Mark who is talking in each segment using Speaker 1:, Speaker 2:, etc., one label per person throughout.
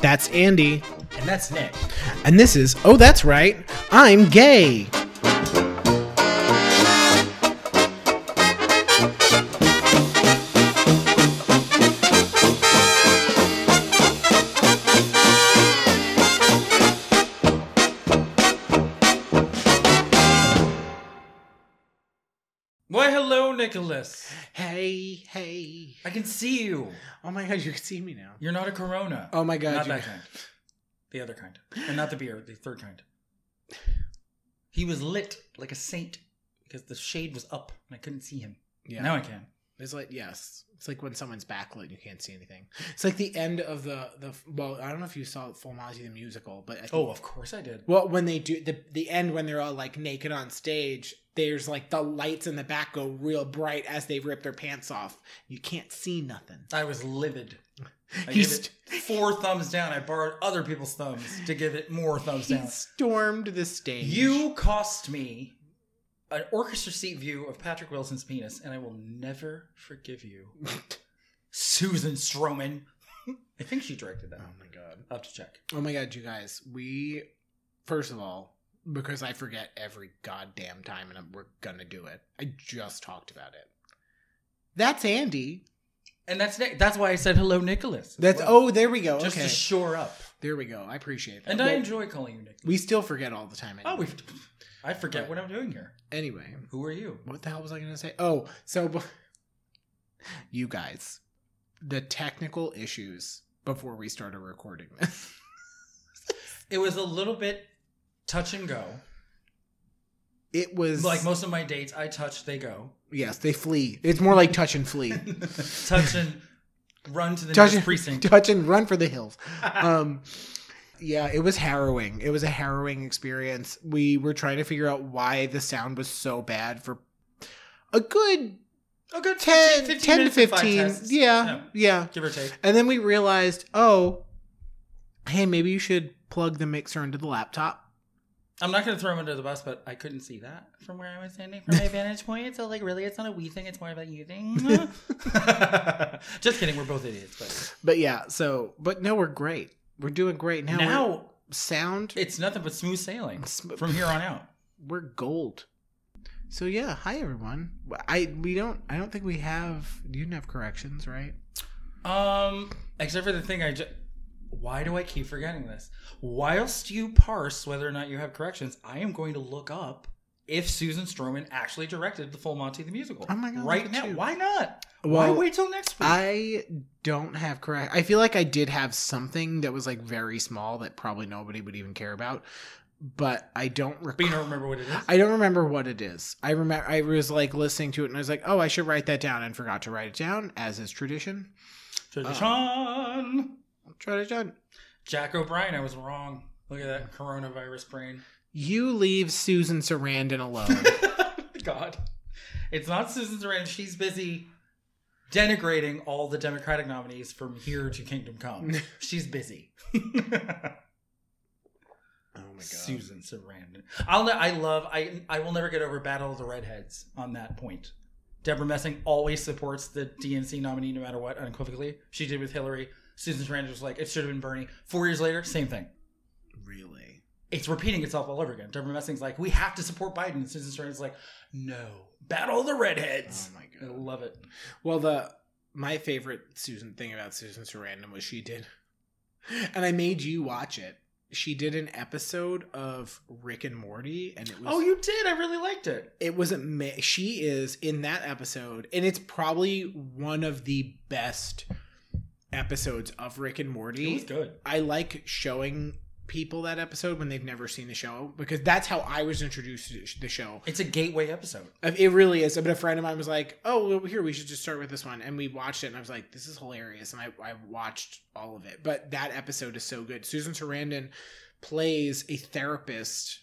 Speaker 1: That's Andy.
Speaker 2: And that's Nick.
Speaker 1: And this is Oh, That's Right, I'm Gay.
Speaker 2: Why, hello, Nicholas.
Speaker 1: Hey, hey.
Speaker 2: I can see you.
Speaker 1: Oh my god, you can see me now.
Speaker 2: You're not a corona.
Speaker 1: Oh my god.
Speaker 2: not
Speaker 1: you-
Speaker 2: that kind. The other kind. And not the beer, the third kind. He was lit like a saint because the shade was up and I couldn't see him.
Speaker 1: Yeah.
Speaker 2: Now I can.
Speaker 1: It's like yes, it's like when someone's backlit, you can't see anything. It's like the end of the the well, I don't know if you saw Full Monty the musical, but I think,
Speaker 2: Oh, of course I did.
Speaker 1: well, when they do the the end when they're all like naked on stage, there's like the lights in the back go real bright as they rip their pants off. You can't see nothing.
Speaker 2: I was livid. I
Speaker 1: He,
Speaker 2: gave
Speaker 1: st-
Speaker 2: it four thumbs down. I borrowed other people's thumbs to give it more thumbs
Speaker 1: he
Speaker 2: down.
Speaker 1: stormed the stage.
Speaker 2: You cost me an orchestra seat view of Patrick Wilson's penis, and I will never forgive you.
Speaker 1: Oh
Speaker 2: Susan Stroman. I think she directed that.
Speaker 1: Oh my god.
Speaker 2: I'll have to check.
Speaker 1: Oh my god, you guys. We first of all, because I forget every goddamn time and I'm- we're gonna do it. I just talked about it. That's Andy.
Speaker 2: And that's Nick. That's why I said hello, Nicholas.
Speaker 1: That's oh, there we go.
Speaker 2: just
Speaker 1: okay,
Speaker 2: to shore up.
Speaker 1: there we go. I appreciate that.
Speaker 2: And I
Speaker 1: Well,
Speaker 2: enjoy calling you Nick.
Speaker 1: we still forget all the time. Anyway.
Speaker 2: Oh, we. I forget what I'm doing here.
Speaker 1: anyway.
Speaker 2: Who are you?
Speaker 1: What the hell was I going to say? Oh, so bef- you guys, the technical issues before we started recording this.
Speaker 2: It was a little bit touch and go.
Speaker 1: It was
Speaker 2: Like most of my dates, I touch, they go.
Speaker 1: yes, they flee. It's more like touch and flee,
Speaker 2: touch and run to the
Speaker 1: touch
Speaker 2: next
Speaker 1: and
Speaker 2: precinct.
Speaker 1: touch and run for the hills. um yeah it was harrowing it was a harrowing experience we were trying to figure out why the sound was so bad for a good
Speaker 2: a Oh, good
Speaker 1: 10 10
Speaker 2: 15
Speaker 1: to
Speaker 2: minutes and five
Speaker 1: 15
Speaker 2: tests.
Speaker 1: yeah
Speaker 2: No,
Speaker 1: yeah
Speaker 2: give or take.
Speaker 1: and then we realized oh hey maybe you should plug the mixer into the laptop
Speaker 2: I'm not going to throw him under the bus, but I couldn't see that from where I was standing from my vantage point. So, like, really, it's not a we thing; it's more about you thing. Just kidding. We're both idiots, but
Speaker 1: but yeah so but no we're great we're doing great now,
Speaker 2: now,
Speaker 1: We're- sound
Speaker 2: it's nothing but smooth sailing
Speaker 1: Sm-
Speaker 2: from here on out.
Speaker 1: we're gold so yeah hi everyone i we don't i don't think we have you didn't have corrections right
Speaker 2: Um, except for the thing I just. Why do I keep forgetting this? Whilst you parse whether or not you have corrections, I am going to look up if Susan Stroman actually directed the Full Monty the musical.
Speaker 1: Oh my God,
Speaker 2: Right
Speaker 1: look at
Speaker 2: now,
Speaker 1: you.
Speaker 2: why not? why
Speaker 1: Well,
Speaker 2: wait till next week?
Speaker 1: I don't have correct. I feel like I did have something that was like very small that probably nobody would even care about, but I don't
Speaker 2: but you
Speaker 1: recall.
Speaker 2: don't remember what it is.
Speaker 1: I don't remember what it is. I remember I was like listening to it and I was like, "Oh, I should write that down," and forgot to write it down, as is tradition.
Speaker 2: Tradition.
Speaker 1: uh, Tradition.
Speaker 2: Jack O'Brien, I was wrong. Look at that coronavirus brain.
Speaker 1: You leave Susan Sarandon alone.
Speaker 2: God. It's not Susan Sarandon. She's busy denigrating all the Democratic nominees from here to Kingdom Come. She's busy.
Speaker 1: oh my god.
Speaker 2: Susan Sarandon. I'll ne- I love I I will never get over Battle of the Redheads on that point. Deborah Messing always supports the DNC nominee no matter what, unequivocally. She did with Hillary. Susan Sarandon was like, it should have been Bernie. Four years later, same thing.
Speaker 1: Really?
Speaker 2: it's repeating itself all over again. Deborah Messing's like, we have to support Biden. And Susan Sarandon's like, no, battle the redheads.
Speaker 1: Oh my
Speaker 2: I
Speaker 1: god.
Speaker 2: love it.
Speaker 1: Well, the my favorite Susan thing about Susan Sarandon was she did, and I made you watch it. She did an episode of Rick and Morty, and it was
Speaker 2: Oh, you did. I really liked it.
Speaker 1: it was ama- she is in that episode, and it's probably one of the best episodes of Rick and
Speaker 2: It was
Speaker 1: Morty.
Speaker 2: good.
Speaker 1: I like showing people that episode when they've never seen the show because that's how I was introduced to the show.
Speaker 2: It's a gateway episode.
Speaker 1: It really is. But a friend of mine was like, "Oh, well, here we should just start with this one," and we watched it, and I was like, "This is hilarious," and I, I watched all of it. But that episode is so good. Susan Sarandon plays a therapist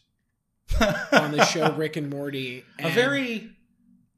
Speaker 1: on the show Rick and Morty.
Speaker 2: a
Speaker 1: and
Speaker 2: very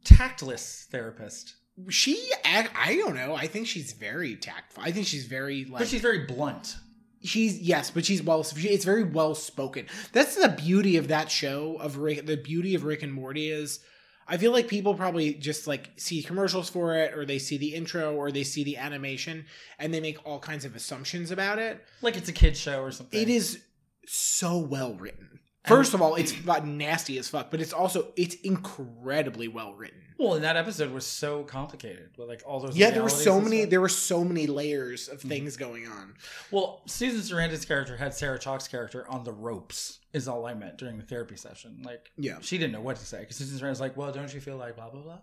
Speaker 2: tactless therapist,
Speaker 1: she. ac- I don't know. I think she's very tactful. I think she's very like
Speaker 2: but she's very blunt.
Speaker 1: she's yes, but she's well. she- It's very well spoken. That's the beauty of that show of Rick. The beauty of Rick and Morty is. I feel like people probably just like see commercials for it or they see the intro or they see the animation and they make all kinds of assumptions about it.
Speaker 2: Like it's a kid show or something.
Speaker 1: It is so well written. First of all, it's fu- nasty as fuck, but it's also it's incredibly well written.
Speaker 2: Well, and that episode was so complicated. with, Like all those.
Speaker 1: Yeah, there were
Speaker 2: realities Mm-hmm.
Speaker 1: so
Speaker 2: and
Speaker 1: many
Speaker 2: stuff.
Speaker 1: there were so many layers of things going on.
Speaker 2: Well, Susan Sarandon's character had Sarah Chalk's character on the ropes. Is all I meant during the therapy session. Like
Speaker 1: Yeah.
Speaker 2: she didn't know what to say because Susan Sarandon's like, "Well, don't you feel like blah blah blah?"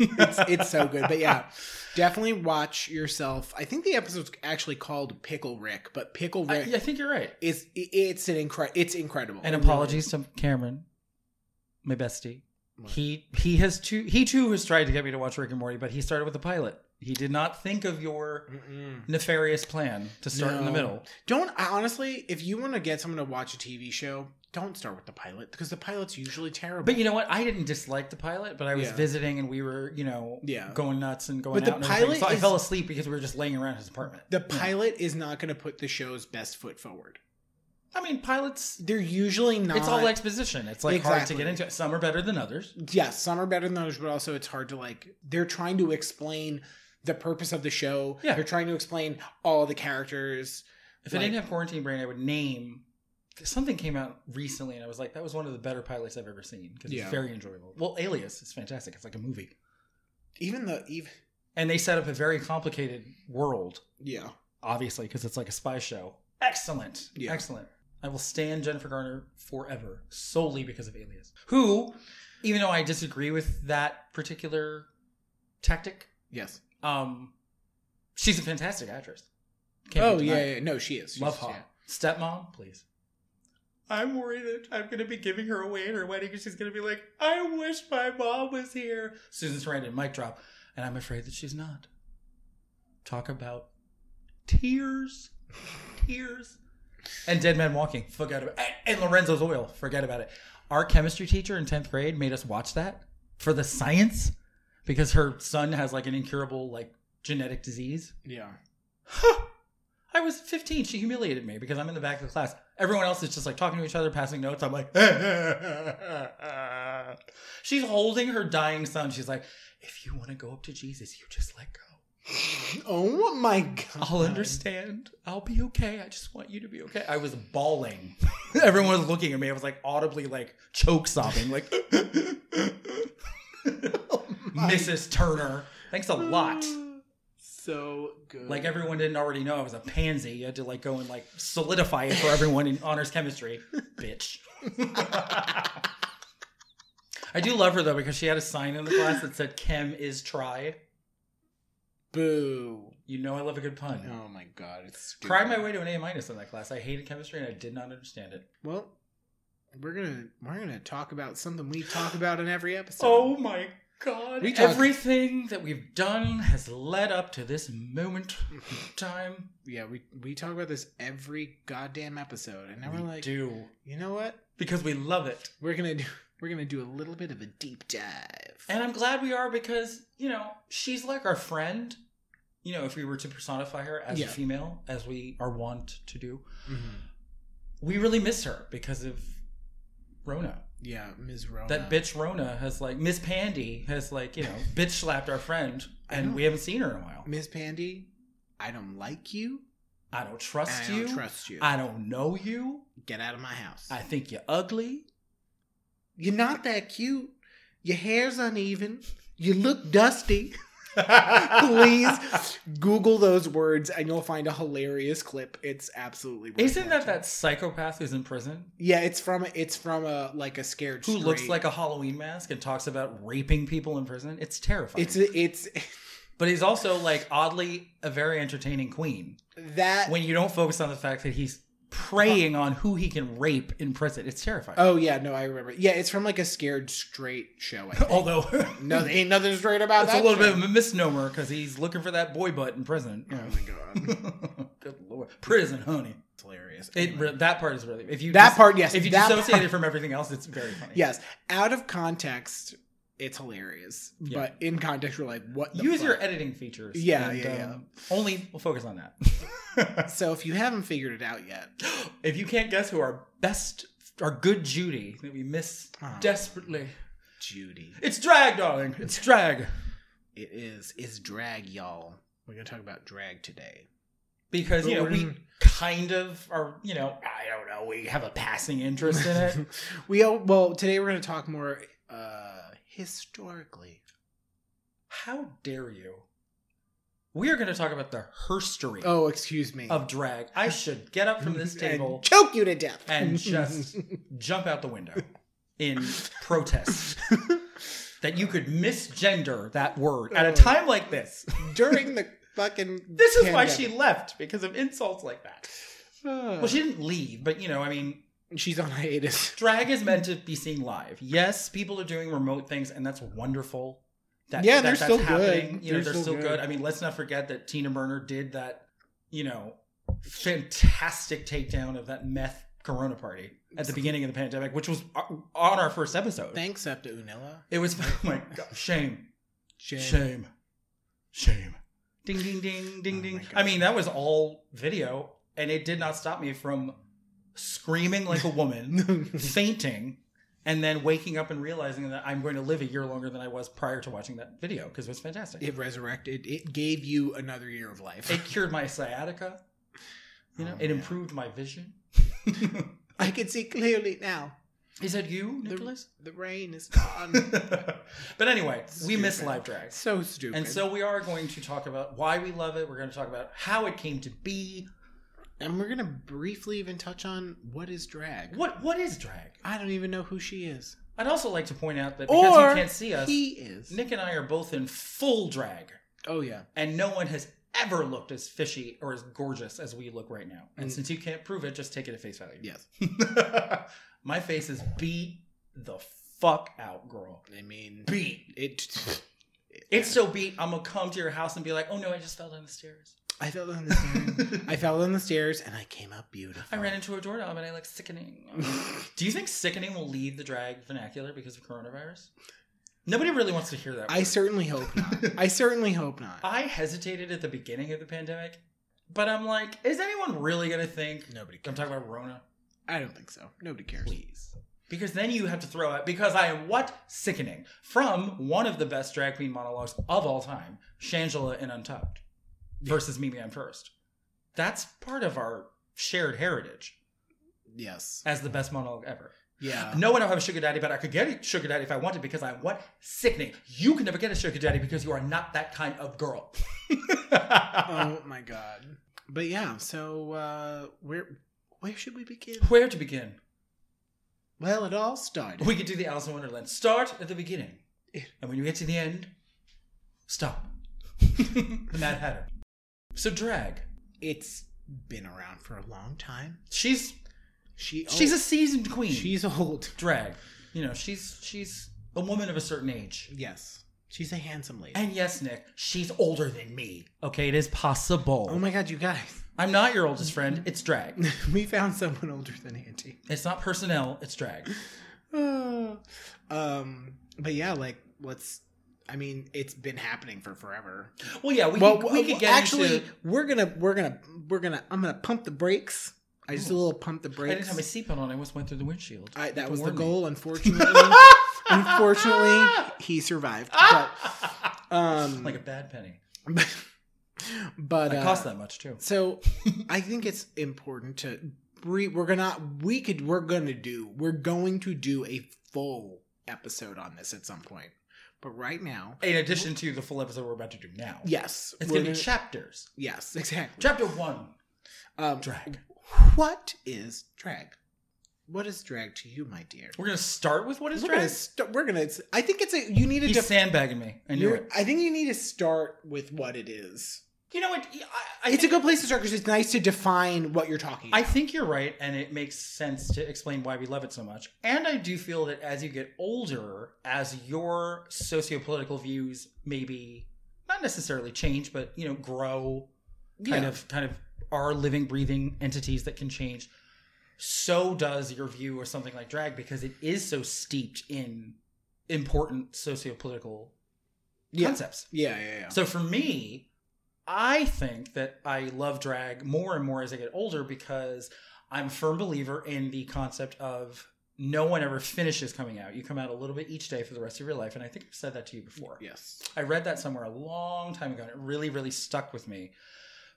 Speaker 1: It's it's so good. But yeah, definitely watch yourself. I think the episode's actually called Pickle Rick, but Pickle
Speaker 2: I,
Speaker 1: Rick
Speaker 2: I think you're right.
Speaker 1: is i- it's an incre- it's incredible.
Speaker 2: And apologies to Cameron, my bestie.
Speaker 1: What?
Speaker 2: He he has too he too has tried to get me to watch Rick and Morty, but he started with the pilot. He did not think of your
Speaker 1: Mm-mm.
Speaker 2: nefarious plan to start in the
Speaker 1: No.
Speaker 2: middle.
Speaker 1: Don't I, honestly, if you want to get someone to watch a TV show, don't start with the pilot because the pilot's usually terrible.
Speaker 2: But you know what? I didn't dislike the pilot, but I was
Speaker 1: Yeah.
Speaker 2: visiting and we were, you know,
Speaker 1: yeah,
Speaker 2: going nuts and going
Speaker 1: But the
Speaker 2: out. and everything.
Speaker 1: pilot
Speaker 2: so I
Speaker 1: is-
Speaker 2: fell asleep because we were just laying around his apartment.
Speaker 1: the
Speaker 2: Yeah.
Speaker 1: pilot is not going to put the show's best foot forward.
Speaker 2: I mean, pilots.
Speaker 1: They're usually not.
Speaker 2: It's all exposition. It's like hard to
Speaker 1: Exactly.
Speaker 2: get into. Some are better than others.
Speaker 1: yes, some are better than others, but also it's hard to like. They're trying to explain the purpose of the show.
Speaker 2: Yeah.
Speaker 1: they're trying to explain all the characters.
Speaker 2: If I
Speaker 1: Like-
Speaker 2: didn't have quarantine brain, I would name something came out recently, and I was like, that was one of the better pilots I've ever seen because
Speaker 1: Yeah.
Speaker 2: it's very enjoyable. Well, Alias is fantastic. It's like a movie,
Speaker 1: Even the even
Speaker 2: and they set up a very complicated world,
Speaker 1: yeah
Speaker 2: obviously, because it's like a spy show. Excellent,
Speaker 1: Yeah.
Speaker 2: excellent. I will stand Jennifer Garner forever solely because of Alias. Who, even though I disagree with that particular tactic,
Speaker 1: yes.
Speaker 2: um, she's a fantastic actress.
Speaker 1: oh
Speaker 2: be denied.
Speaker 1: yeah, yeah, no, she is. She's-
Speaker 2: Love Hall.
Speaker 1: yeah.
Speaker 2: Stepmom, please. I'm worried that I'm going to be giving her away at her wedding and she's going to be like, I wish my mom was here. Susan Sarandon, mic drop. And I'm afraid that she's not. Talk about tears. Tears. And Dead Man Walking, forget about it. And Lorenzo's Oil, forget about it. Our chemistry teacher in 10th grade made us watch that for the science because her son has like an incurable like genetic disease.
Speaker 1: Yeah.
Speaker 2: Huh. I was 15. She humiliated me because I'm in the back of the class. Everyone else is just like talking to each other, passing notes. I'm like, she's holding her dying son. She's like, if you want to go up to Jesus, you just let go.
Speaker 1: Oh my god!
Speaker 2: I'll understand. I'll be okay. I just want you to be okay. I was bawling. Everyone was looking at me. I was like audibly like choke sobbing, like
Speaker 1: my-
Speaker 2: Mrs. Turner. Thanks a lot.
Speaker 1: So good.
Speaker 2: Like everyone didn't already know I was a pansy. You had to like go and like solidify it for everyone in honors chemistry, bitch. I do love her though because she had a sign in the class that said "Chem is try."
Speaker 1: Boo.
Speaker 2: You know I love a good pun.
Speaker 1: Oh my god, it's stupid.
Speaker 2: Cried my way to an A minus in that class. I hated chemistry and I did not understand it.
Speaker 1: Well, we're gonna we're gonna talk about something we talk about in every episode.
Speaker 2: Oh my god!
Speaker 1: We talked-
Speaker 2: Everything that we've done has led up to this moment in time.
Speaker 1: yeah, we we talk about this every goddamn episode, and now
Speaker 2: we
Speaker 1: we're like,
Speaker 2: do
Speaker 1: you know what?
Speaker 2: because we love it.
Speaker 1: We're gonna do we're gonna do a little bit of a deep dive.
Speaker 2: And I'm glad we are because, you know, she's like our friend. You know, if we were to personify her as
Speaker 1: Yeah.
Speaker 2: a female, as we are wont to do,
Speaker 1: Mhm.
Speaker 2: we really miss her because of Rona.
Speaker 1: Yeah, Ms. Rona.
Speaker 2: That bitch Rona has like, Miss Pandy has like, you know, bitch slapped our friend
Speaker 1: I
Speaker 2: and
Speaker 1: know.
Speaker 2: we haven't seen her in a while.
Speaker 1: Ms. Pandy. I don't like you.
Speaker 2: I don't trust
Speaker 1: I don't
Speaker 2: you.
Speaker 1: trust you.
Speaker 2: I don't know you.
Speaker 1: Get out of my house.
Speaker 2: I think you're ugly.
Speaker 1: You're not that cute. Your hair's uneven. You look dusty. Please Google those words and you'll find a hilarious clip. It's absolutely worth
Speaker 2: Isn't that
Speaker 1: watching.
Speaker 2: that psychopath who's in prison
Speaker 1: Yeah, it's from it's from a like a scared
Speaker 2: who looks
Speaker 1: straight-
Speaker 2: like a Halloween mask and talks about raping people in prison? It's terrifying.
Speaker 1: it's it's
Speaker 2: But he's also like oddly a very entertaining queen.
Speaker 1: that
Speaker 2: When you don't focus on the fact that he's preying on who he can rape in prison, it's terrifying.
Speaker 1: Oh yeah, no, I remember. Yeah, it's from like a scared straight show. I think.
Speaker 2: Although
Speaker 1: no, there ain't nothing straight about
Speaker 2: that's a
Speaker 1: that.
Speaker 2: little bit
Speaker 1: show.
Speaker 2: of a misnomer because he's looking for that boy butt in prison. you know.
Speaker 1: Oh my god,
Speaker 2: Good lord, prison, honey.
Speaker 1: it's hilarious.
Speaker 2: It re- that part is really if you
Speaker 1: that
Speaker 2: dis-
Speaker 1: part, yes.
Speaker 2: if you
Speaker 1: that
Speaker 2: dissociate
Speaker 1: part-
Speaker 2: it from everything else, it's very funny.
Speaker 1: yes. Out of context, it's hilarious.
Speaker 2: Yeah.
Speaker 1: But in context, you're like, what? the
Speaker 2: Use your
Speaker 1: fuck?
Speaker 2: editing features. um,
Speaker 1: Yeah, yeah, yeah.
Speaker 2: Only we'll focus on that.
Speaker 1: So if you haven't figured it out yet,
Speaker 2: if you can't guess who our best, our good Judy that we miss
Speaker 1: Oh.
Speaker 2: desperately
Speaker 1: Judy.
Speaker 2: It's drag, darling. It's drag.
Speaker 1: It is. It's drag, y'all. We're gonna talk about drag today.
Speaker 2: Because, you know,
Speaker 1: But
Speaker 2: we
Speaker 1: we're-
Speaker 2: kind of are, you know, I don't know, we have a passing interest in it.
Speaker 1: we all, well today we're gonna talk more uh historically.
Speaker 2: How dare you? We are going to talk about the herstory
Speaker 1: Oh, excuse me.
Speaker 2: of drag. I should get up from this
Speaker 1: And
Speaker 2: table,
Speaker 1: choke you to death,
Speaker 2: and just- jump out the window in protest that you could misgender that word at a
Speaker 1: Oh.
Speaker 2: time like this.
Speaker 1: during the fucking.
Speaker 2: This is why she left because of insults like that. Well,
Speaker 1: well,
Speaker 2: she didn't leave, but you know, I mean,
Speaker 1: she's on hiatus.
Speaker 2: drag is meant to be seen live. Yes, people are doing remote things, and that's wonderful. That,
Speaker 1: Yeah,
Speaker 2: that
Speaker 1: they're
Speaker 2: that's
Speaker 1: still good.
Speaker 2: happening. You know, they're, still, good.
Speaker 1: good.
Speaker 2: I mean, let's not forget that Tina Burner did that. You know, fantastic takedown of that meth Corona party at the beginning of the pandemic, which was o- on our first episode.
Speaker 1: Thanks up to Unilla.
Speaker 2: it was oh my God, shame,
Speaker 1: Shame.
Speaker 2: shame, shame. Ding ding ding
Speaker 1: Oh
Speaker 2: ding
Speaker 1: my
Speaker 2: ding.
Speaker 1: God.
Speaker 2: I mean, that was all video, and it did not stop me from screaming like a woman fainting and then waking up and realizing that I'm going to live a year longer than I was prior to watching that video because it was fantastic. It,
Speaker 1: it resurrected. It gave you another year of life.
Speaker 2: cured my sciatica. You know,
Speaker 1: Oh,
Speaker 2: it
Speaker 1: man.
Speaker 2: improved my vision.
Speaker 1: I can see clearly now.
Speaker 2: Is that you,
Speaker 1: The-
Speaker 2: Nicholas?
Speaker 1: The rain is gone.
Speaker 2: but anyway, we miss
Speaker 1: Stupid.
Speaker 2: live drags.
Speaker 1: so stupid.
Speaker 2: And so we are going to talk about why we love it. We're going to talk about how it came to be.
Speaker 1: and we're gonna briefly even touch on what is drag.
Speaker 2: What what is drag?
Speaker 1: I don't even know who she is.
Speaker 2: I'd also like to point out that because
Speaker 1: Or
Speaker 2: you can't see us,
Speaker 1: He is.
Speaker 2: Nick and I are both in full drag.
Speaker 1: Oh yeah.
Speaker 2: and no one has ever looked as fishy or as gorgeous as we look right now. And
Speaker 1: Mm.
Speaker 2: since you can't prove it, just take it at face value.
Speaker 1: Yes.
Speaker 2: My face is beat the fuck out, girl.
Speaker 1: I mean,
Speaker 2: Beat.
Speaker 1: it.
Speaker 2: It's so beat. I'm gonna come to your house and be like, "Oh no, I just fell down the stairs."
Speaker 1: I fell down the stairs. I fell down the stairs and I came up beautiful.
Speaker 2: I ran into a doorknob and I looked sickening. Do you think sickening will leave the drag vernacular because of coronavirus? Nobody really wants to hear that.
Speaker 1: I
Speaker 2: word.
Speaker 1: certainly hope not. I certainly hope not.
Speaker 2: I hesitated at the beginning of the pandemic, but I'm like, is anyone really gonna think?
Speaker 1: Nobody.
Speaker 2: I'm talking about Rona.
Speaker 1: I don't think so. Nobody cares.
Speaker 2: please. Because then you have to throw out because I am what sickening from one of the best drag queen monologues of all time, Shangela in Untucked versus Mimi I'm First. That's part of our shared heritage
Speaker 1: Yes.
Speaker 2: as the best monologue ever.
Speaker 1: Yeah.
Speaker 2: No one will have a sugar daddy, but I could get a sugar daddy if I wanted because I am what sickening. You can never get a sugar daddy because you are not that kind of girl.
Speaker 1: oh my god. But yeah. So uh, where where should we begin?
Speaker 2: Where to begin?
Speaker 1: Well, it all started.
Speaker 2: We could do the Alice in Wonderland. Start at the beginning.
Speaker 1: Yeah.
Speaker 2: And when you get to the end, stop. the Mad Hatter. So drag.
Speaker 1: It's been around for a long time.
Speaker 2: She's
Speaker 1: She
Speaker 2: she's a seasoned queen.
Speaker 1: Oh. she's old.
Speaker 2: drag. You know, she's she's a woman of a certain age.
Speaker 1: Yes. She's a handsome lady.
Speaker 2: And yes, Nick, she's older than me. Okay, it is possible.
Speaker 1: oh my god, you guys.
Speaker 2: I'm not your oldest friend. It's drag.
Speaker 1: we found someone older than Auntie.
Speaker 2: it's not personnel. It's drag.
Speaker 1: Uh, um, but yeah, like let's. I mean, it's been happening for forever.
Speaker 2: Well, yeah, we
Speaker 1: well, uh,
Speaker 2: could, we
Speaker 1: well,
Speaker 2: could get
Speaker 1: actually,
Speaker 2: into.
Speaker 1: we're gonna, we're gonna, we're gonna. I'm gonna pump the brakes. I just did a little pump the
Speaker 2: I didn't
Speaker 1: brakes.
Speaker 2: have my seatbelt on. I almost went through the windshield.
Speaker 1: I- that
Speaker 2: People
Speaker 1: was the
Speaker 2: warned me.
Speaker 1: goal. Unfortunately, unfortunately, he survived. But, um,
Speaker 2: Ah! like a bad penny.
Speaker 1: but, but
Speaker 2: It
Speaker 1: uh,
Speaker 2: cost that much too.
Speaker 1: So I think it's important to re- we're gonna we could we're gonna do we're going to do a full episode on this at some point. But right now,
Speaker 2: In addition to the full episode we're about to do now.
Speaker 1: yes,
Speaker 2: It's
Speaker 1: we're
Speaker 2: going to be
Speaker 1: gonna-
Speaker 2: chapters.
Speaker 1: yes, exactly.
Speaker 2: Chapter one
Speaker 1: Um,
Speaker 2: drag.
Speaker 1: What is drag? What is drag to you, my dear?
Speaker 2: We're going to start with what is
Speaker 1: we're
Speaker 2: drag?
Speaker 1: gonna st- we're gonna. I think it's a you need to.
Speaker 2: He's
Speaker 1: def-
Speaker 2: sandbagging me. I knew
Speaker 1: you're-
Speaker 2: it.
Speaker 1: I think you need to start with what it is.
Speaker 2: You know what? I, I,
Speaker 1: It's
Speaker 2: think,
Speaker 1: a good place to start because it's nice to define what you're talking.
Speaker 2: I
Speaker 1: About.
Speaker 2: think you're right, and it makes sense to explain why we love it so much. And I do feel that as you get older, as your sociopolitical views maybe not necessarily change, but you know, grow, kind
Speaker 1: Yeah.
Speaker 2: of kind of are living, breathing entities that can change. So does your view of something like drag because it is so steeped in important sociopolitical
Speaker 1: yeah.
Speaker 2: concepts.
Speaker 1: yeah, yeah, yeah.
Speaker 2: So for me, I think that I love drag more and more as I get older because I'm a firm believer in the concept of no one ever finishes coming out. You come out a little bit each day for the rest of your life. And I think I've said that to you before.
Speaker 1: Yes.
Speaker 2: I read that somewhere a long time ago and it really, really stuck with me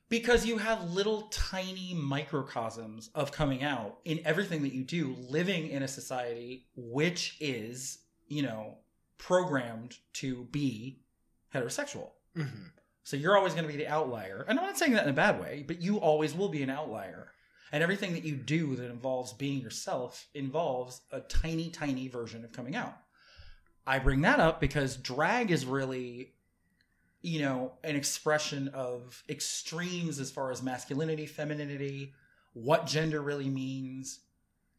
Speaker 2: because you have little tiny microcosms of coming out in everything that you do, living in a society which is, you know, programmed to be heterosexual.
Speaker 1: hmm
Speaker 2: So you're always going to be the outlier. And I'm not saying that in a bad way, but you always will be an outlier. And everything that you do that involves being yourself involves a tiny, tiny version of coming out. I bring that up because drag is really, you know, an expression of extremes as far as masculinity, femininity, what gender really means.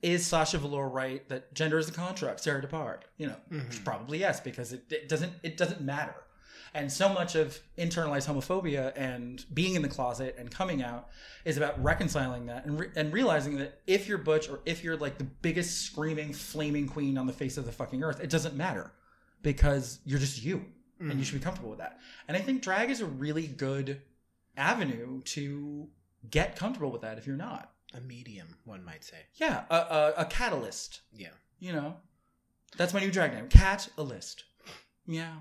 Speaker 2: Is Sasha Velour right that gender is a construct? Sarah Depard, you know,
Speaker 1: Mhm.
Speaker 2: Probably yes, because it, it doesn't it doesn't matter. And so much of internalized homophobia and being in the closet and coming out is about reconciling that and, re- and realizing that if you're butch or if you're like the biggest screaming flaming queen on the face of the fucking earth, it doesn't matter because you're just you and you
Speaker 1: Mhm.
Speaker 2: should be comfortable with that. And I think drag is a really good avenue to get comfortable with that if you're not.
Speaker 1: a medium, one might say.
Speaker 2: Yeah, a, a, a catalyst.
Speaker 1: Yeah.
Speaker 2: You know, that's my new drag name. Cat a list. Yeah.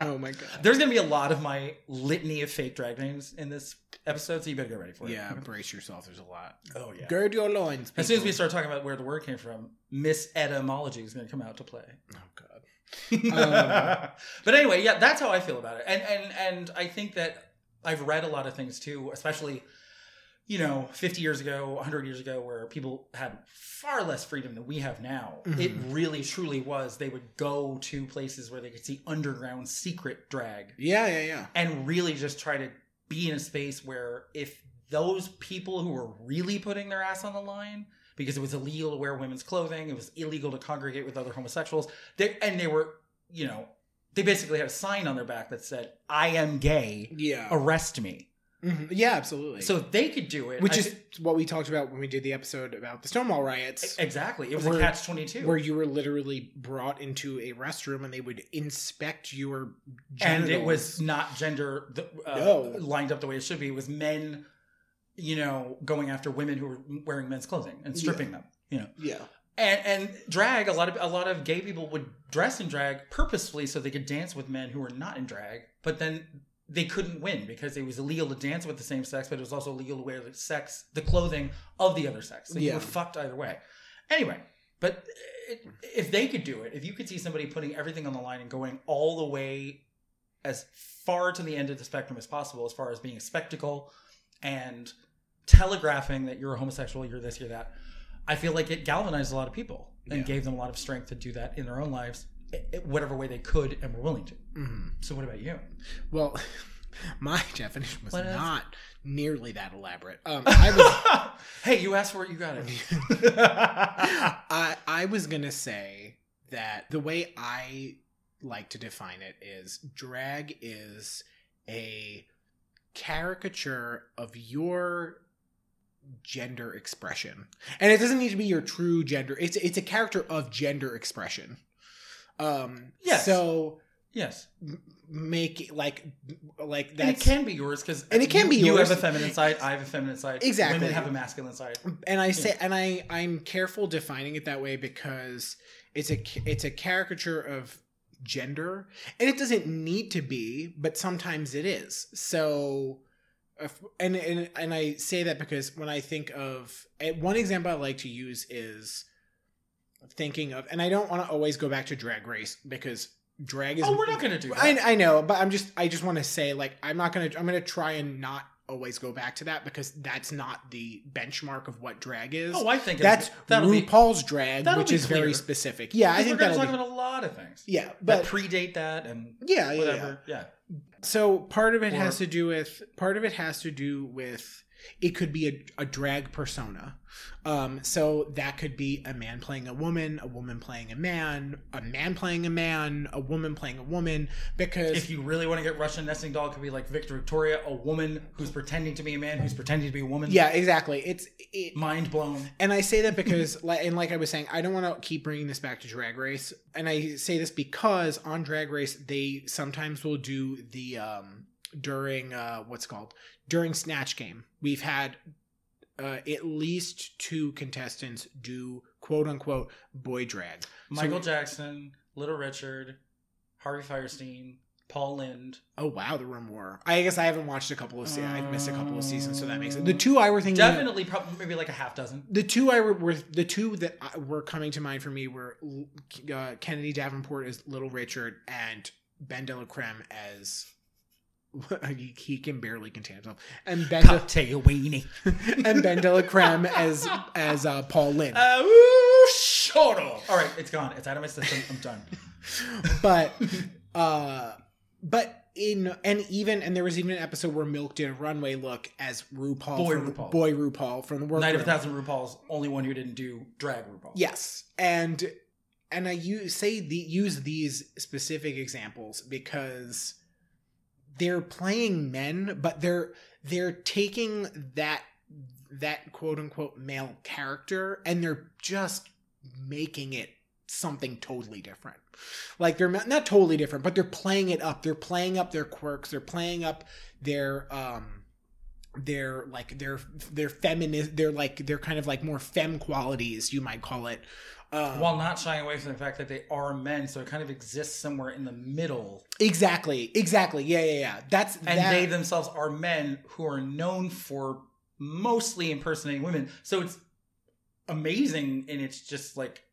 Speaker 1: Oh my god.
Speaker 2: There's gonna be a lot of my litany of fake drag names in this episode, so you better get ready for it.
Speaker 1: Yeah, brace yourself. There's a lot.
Speaker 2: Oh yeah.
Speaker 1: Gird your loins.
Speaker 2: As soon as we
Speaker 1: people.
Speaker 2: start talking about where the word came from, Miss etymology is gonna come out to play.
Speaker 1: Oh god. Um,
Speaker 2: but anyway, yeah, that's how I feel about it, and and and I think that I've read a lot of things too, especially you know, 50 years ago, 100 years ago, where people had far less freedom than we have now. It
Speaker 1: Mhm.
Speaker 2: really, truly was. They would go to places where they could see underground secret drag
Speaker 1: Yeah, yeah, yeah.
Speaker 2: and really just try to be in a space where if those people who were really putting their ass on the line because it was illegal to wear women's clothing it was illegal to congregate with other homosexuals they and they were you know they basically had a sign on their back that said i am gay
Speaker 1: Yeah.
Speaker 2: arrest me
Speaker 1: Mhm. Yeah, absolutely.
Speaker 2: so if they could do it
Speaker 1: which
Speaker 2: I
Speaker 1: is
Speaker 2: thi-
Speaker 1: what we talked about when we did the episode about the Stonewall riots,
Speaker 2: e, exactly it was
Speaker 1: Where-
Speaker 2: a catch 22
Speaker 1: where you were literally brought into a restroom and they would inspect your
Speaker 2: and
Speaker 1: genitals.
Speaker 2: it was not gender the, uh,
Speaker 1: No.
Speaker 2: lined up the way it should be. It was men, you know, going after women who were wearing men's clothing and stripping them. You know,
Speaker 1: yeah,
Speaker 2: and and drag. A lot of a lot of gay people would dress in drag purposefully so they could dance with men who were not in drag, but then they couldn't win because it was illegal to dance with the same sex, but it was also illegal to wear the sex, the clothing of the other sex. So you
Speaker 1: Yeah.
Speaker 2: were fucked either way. Anyway, but it, if they could do it, if you could see somebody putting everything on the line and going all the way as far to the end of the spectrum as possible, as far as being a spectacle and telegraphing that you're a homosexual, you're this, you're that. I feel like it galvanized a lot of people and
Speaker 1: Yeah.
Speaker 2: gave them a lot of strength to do that in their own lives, i- i- whatever way they could and were willing to.
Speaker 1: Mhm.
Speaker 2: So, what about you?
Speaker 1: Well, my definition was
Speaker 2: What else?
Speaker 1: not nearly that elaborate. Um, I was,
Speaker 2: hey, you asked for it, you got it.
Speaker 1: I, I was gonna say that the way I like to define it is drag is a caricature of your gender expression, and it doesn't need to be your true gender. It's it's a character of gender expression. Um,
Speaker 2: Yes.
Speaker 1: So
Speaker 2: yes,
Speaker 1: m- make it like like
Speaker 2: and it
Speaker 1: that's
Speaker 2: can be yours because
Speaker 1: And it can be
Speaker 2: You
Speaker 1: yours.
Speaker 2: have a feminine side. I have a feminine side.
Speaker 1: Exactly.
Speaker 2: Women have a masculine side. Oh,
Speaker 1: and I say and I I'm careful defining it that way because it's a it's a caricature of gender and it doesn't need to be but sometimes it is so if- and and and I say that because when I think of and one example I like to use is thinking of and I don't want to always go back to drag race because drag is
Speaker 2: Oh, we're not going to do that.
Speaker 1: I, I know, but I'm just I just want to say like I'm not gonna I'm gonna try and not always go back to that because that's not the benchmark of what drag is.
Speaker 2: oh, I think
Speaker 1: that's
Speaker 2: it's, that'll be.
Speaker 1: RuPaul's drag,
Speaker 2: that'll
Speaker 1: which
Speaker 2: be
Speaker 1: is very
Speaker 2: clear.
Speaker 1: specific. Yeah, I
Speaker 2: because
Speaker 1: think
Speaker 2: we're going
Speaker 1: that'll
Speaker 2: to
Speaker 1: be
Speaker 2: talk about a lot of things.
Speaker 1: yeah,
Speaker 2: that
Speaker 1: but
Speaker 2: predate that and
Speaker 1: yeah, yeah, yeah.
Speaker 2: whatever. Yeah.
Speaker 1: So part of it
Speaker 2: Or-
Speaker 1: has to do with part of it has to do with it could be a, a drag persona. Um, so that could be a man playing a woman, a woman playing a man, a man playing a man, a woman playing a woman. Because
Speaker 2: If you really want to get Russian nesting doll, it could be like Victor Victoria, a woman who's pretending to be a man who's pretending to be a woman.
Speaker 1: yeah, exactly. It's it,
Speaker 2: Mind blown.
Speaker 1: And I say that because, li- and like I was saying, I don't want to keep bringing this back to Drag Race. And I say this because on Drag Race, they sometimes will do the um during uh what's it called during Snatch Game. We've had uh, at least two contestants do quote unquote boy drag.
Speaker 2: Michael
Speaker 1: So-
Speaker 2: Jackson, Little Richard, Harvey Firestein, Paul Lind.
Speaker 1: Oh wow, there were more. I guess I haven't watched a couple of. Se- I've missed a couple of seasons, so that makes it. The two I were thinking.
Speaker 2: Definitely, probably maybe like a half dozen.
Speaker 1: The two I were, were the two that I- were coming to mind for me were uh, Kennedy Davenport as Little Richard and Ben De La Creme as he, he can barely contain himself and Ben De,
Speaker 2: Cocktail weenie.
Speaker 1: and Ben De La Creme as as uh, Paul Lynn.
Speaker 2: Uh, ooh, shut up. All right, it's gone. It's out of my system. I'm done.
Speaker 1: but uh but in and even and there was even an episode where Milk did a runway look as RuPaul
Speaker 2: Boy
Speaker 1: from,
Speaker 2: RuPaul.
Speaker 1: boy RuPaul from the work.
Speaker 2: Night of a Thousand RuPaul's only one who didn't do drag RuPaul.
Speaker 1: Yes, and and I use, say the use these specific examples because they're playing men, but they're they're taking that that quote unquote male character and they're just making it something totally different. Like they're not, not totally different, but they're playing it up. They're playing up their quirks. They're playing up their um their like their their feminist they're like they're kind of like more femme qualities you might call it um,
Speaker 2: While not shying away from the fact that they are men, so it kind of exists somewhere in the middle.
Speaker 1: exactly exactly yeah yeah yeah that's
Speaker 2: And
Speaker 1: that,
Speaker 2: they themselves are men who are known for mostly impersonating women. So it's amazing and it's just like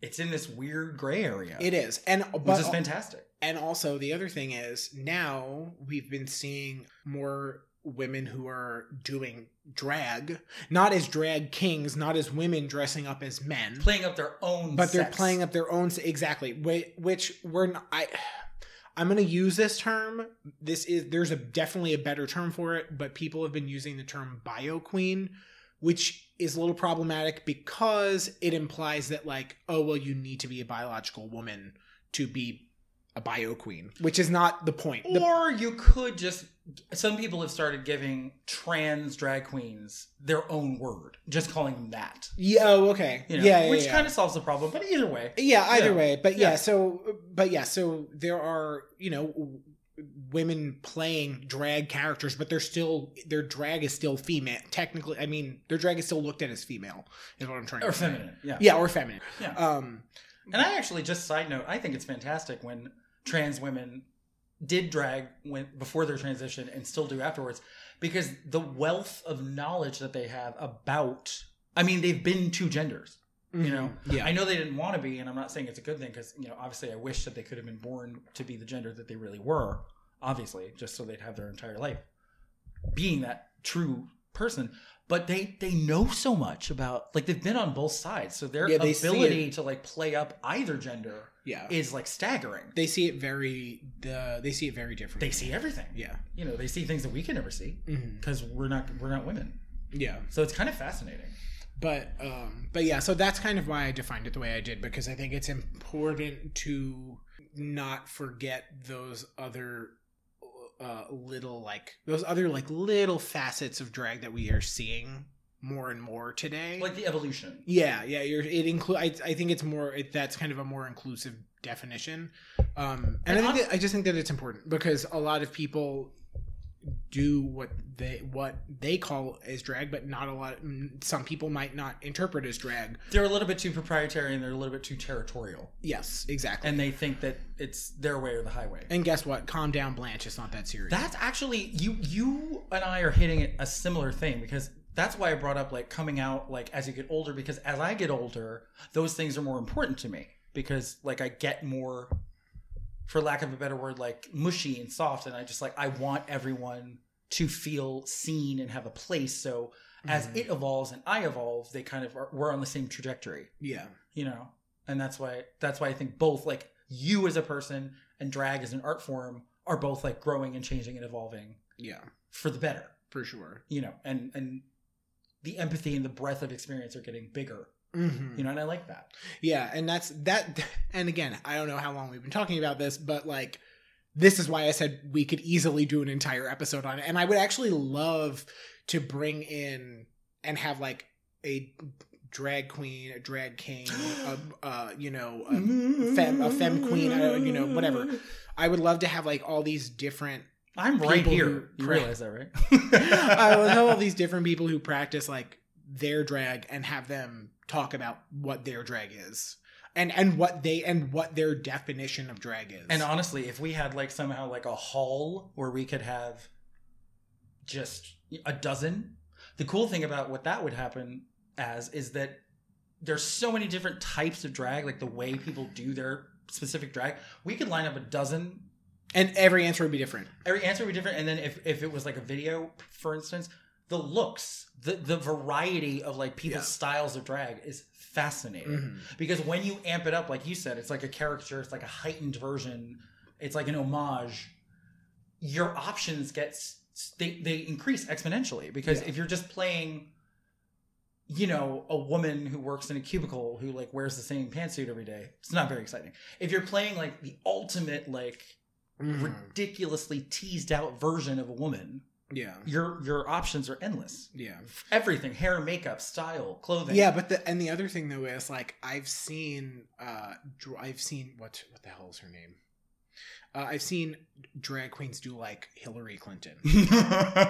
Speaker 2: it's in this weird gray area.
Speaker 1: it is and
Speaker 2: which is
Speaker 1: but uh,
Speaker 2: fantastic.
Speaker 1: and also the other thing is now we've been seeing more women who are doing drag not as drag kings not as women dressing up as men
Speaker 2: Playing up their own
Speaker 1: but they're
Speaker 2: sex.
Speaker 1: playing up their own exactly whi- which we're not, i i'm going to use this term this is there's a definitely a better term for it but people have been using the term bio queen which is a little problematic because it implies that like oh well you need to be a biological woman to be a bio queen which is not the point The-
Speaker 2: Or you could just. Some people have started giving trans drag queens their own word, just calling them that.
Speaker 1: yeah oh, okay
Speaker 2: You know,
Speaker 1: yeah, yeah
Speaker 2: which
Speaker 1: yeah.
Speaker 2: kind of solves the problem. But either way,
Speaker 1: yeah either
Speaker 2: Yeah.
Speaker 1: way but yeah.
Speaker 2: Yeah.
Speaker 1: so but yeah so there are you know w- women playing drag characters but they're still their drag is still female technically i mean their drag is still looked at as female is what i'm trying
Speaker 2: or
Speaker 1: to say
Speaker 2: feminine, yeah.
Speaker 1: yeah or feminine
Speaker 2: Yeah.
Speaker 1: um
Speaker 2: And I actually just side note, I think it's fantastic when trans women did drag when before their transition and still do afterwards, because the wealth of knowledge that they have about. I mean, they've been two genders. You know,
Speaker 1: mhm, yeah
Speaker 2: I know they didn't want to be, and I'm not saying it's a good thing because you know, obviously, I wish that they could have been born to be the gender that they really were, obviously, just so they'd have their entire life being that true person. But they they know so much about like they've been on both sides, so their
Speaker 1: Yeah, they see
Speaker 2: ability to like play up either gender
Speaker 1: yeah
Speaker 2: is like staggering.
Speaker 1: they see it very the they see it very differently
Speaker 2: They see everything.
Speaker 1: yeah
Speaker 2: You know, they see things that we can never see
Speaker 1: hmm
Speaker 2: because we're not we're not women.
Speaker 1: yeah
Speaker 2: So it's kind of fascinating.
Speaker 1: but um but yeah so that's kind of why i defined it the way i did because i think it's important to not forget those other uh little like those other like little facets of drag that we are seeing more and more today
Speaker 2: Like the evolution.
Speaker 1: yeah yeah you're it include I, I think it's more it, that's kind of a more inclusive definition um and,
Speaker 2: And
Speaker 1: i
Speaker 2: I'm-
Speaker 1: think that, i just think that it's important because a lot of people do what they what they call as drag but not a lot mm, some people might not interpret as drag
Speaker 2: They're a little bit too proprietary and they're a little bit too territorial.
Speaker 1: yes exactly and,
Speaker 2: and they think that it's their way or the highway.
Speaker 1: guess what calm down blanche it's not that serious
Speaker 2: That's actually you you and I are hitting a similar thing because that's why I brought up like coming out like as you get older because as I get older, those things are more important to me because like I get more for lack of a better word like mushy and soft and I just like I want everyone to feel seen and have a place so as
Speaker 1: Mhm.
Speaker 2: it evolves and I evolve, they kind of are we're on the same trajectory
Speaker 1: yeah
Speaker 2: you know and that's why that's why i think both like you as a person and drag as an art form are both like growing and changing and evolving
Speaker 1: yeah
Speaker 2: for the better
Speaker 1: for sure
Speaker 2: you know and and the empathy and the breadth of experience are getting bigger
Speaker 1: Mhm.
Speaker 2: you know and i like that
Speaker 1: Yeah, and that's that. And again, I don't know how long we've been talking about this, but like, this is why I said we could easily do an entire episode on it. And I would actually love to bring in and have like a drag queen, a drag king, a, uh, you know,
Speaker 2: Mm-hmm.
Speaker 1: a, fem- a femme queen, I don't- you know, whatever. I would love to have like all these different
Speaker 2: I'm right
Speaker 1: people
Speaker 2: here.
Speaker 1: who
Speaker 2: You
Speaker 1: cra-
Speaker 2: realize that, right?
Speaker 1: I will know all these different people who practice like their drag and have them talk about what their drag is and and what they and what their definition of drag is.
Speaker 2: And honestly, if we had like somehow like a hall where we could have just a dozen, the cool thing about what that would happen as is that there's so many different types of drag, like the way people do their specific drag. We could line up a dozen.
Speaker 1: and every answer would be different.
Speaker 2: Every answer would be different, and then if, if it was like a video, for instance, the looks, the the variety of like people's
Speaker 1: Yeah.
Speaker 2: styles of drag is fascinating
Speaker 1: Mhm.
Speaker 2: because when you amp it up like you said it's like a caricature it's like a heightened version it's like an homage your options get s- s- they, they increase exponentially because
Speaker 1: Yeah.
Speaker 2: if you're just playing you know a woman who works in a cubicle who like wears the same pantsuit every day it's not very exciting if you're playing like the ultimate like Mm-hmm.
Speaker 1: Mhm.
Speaker 2: ridiculously teased out version of a woman
Speaker 1: Yeah.
Speaker 2: your your options are endless
Speaker 1: Yeah.
Speaker 2: everything hair makeup style clothing
Speaker 1: Yeah, but the and the other thing though is like I've seen uh dr- I've seen what what the hell is her name? Uh, I've seen drag queens do like Hillary Clinton.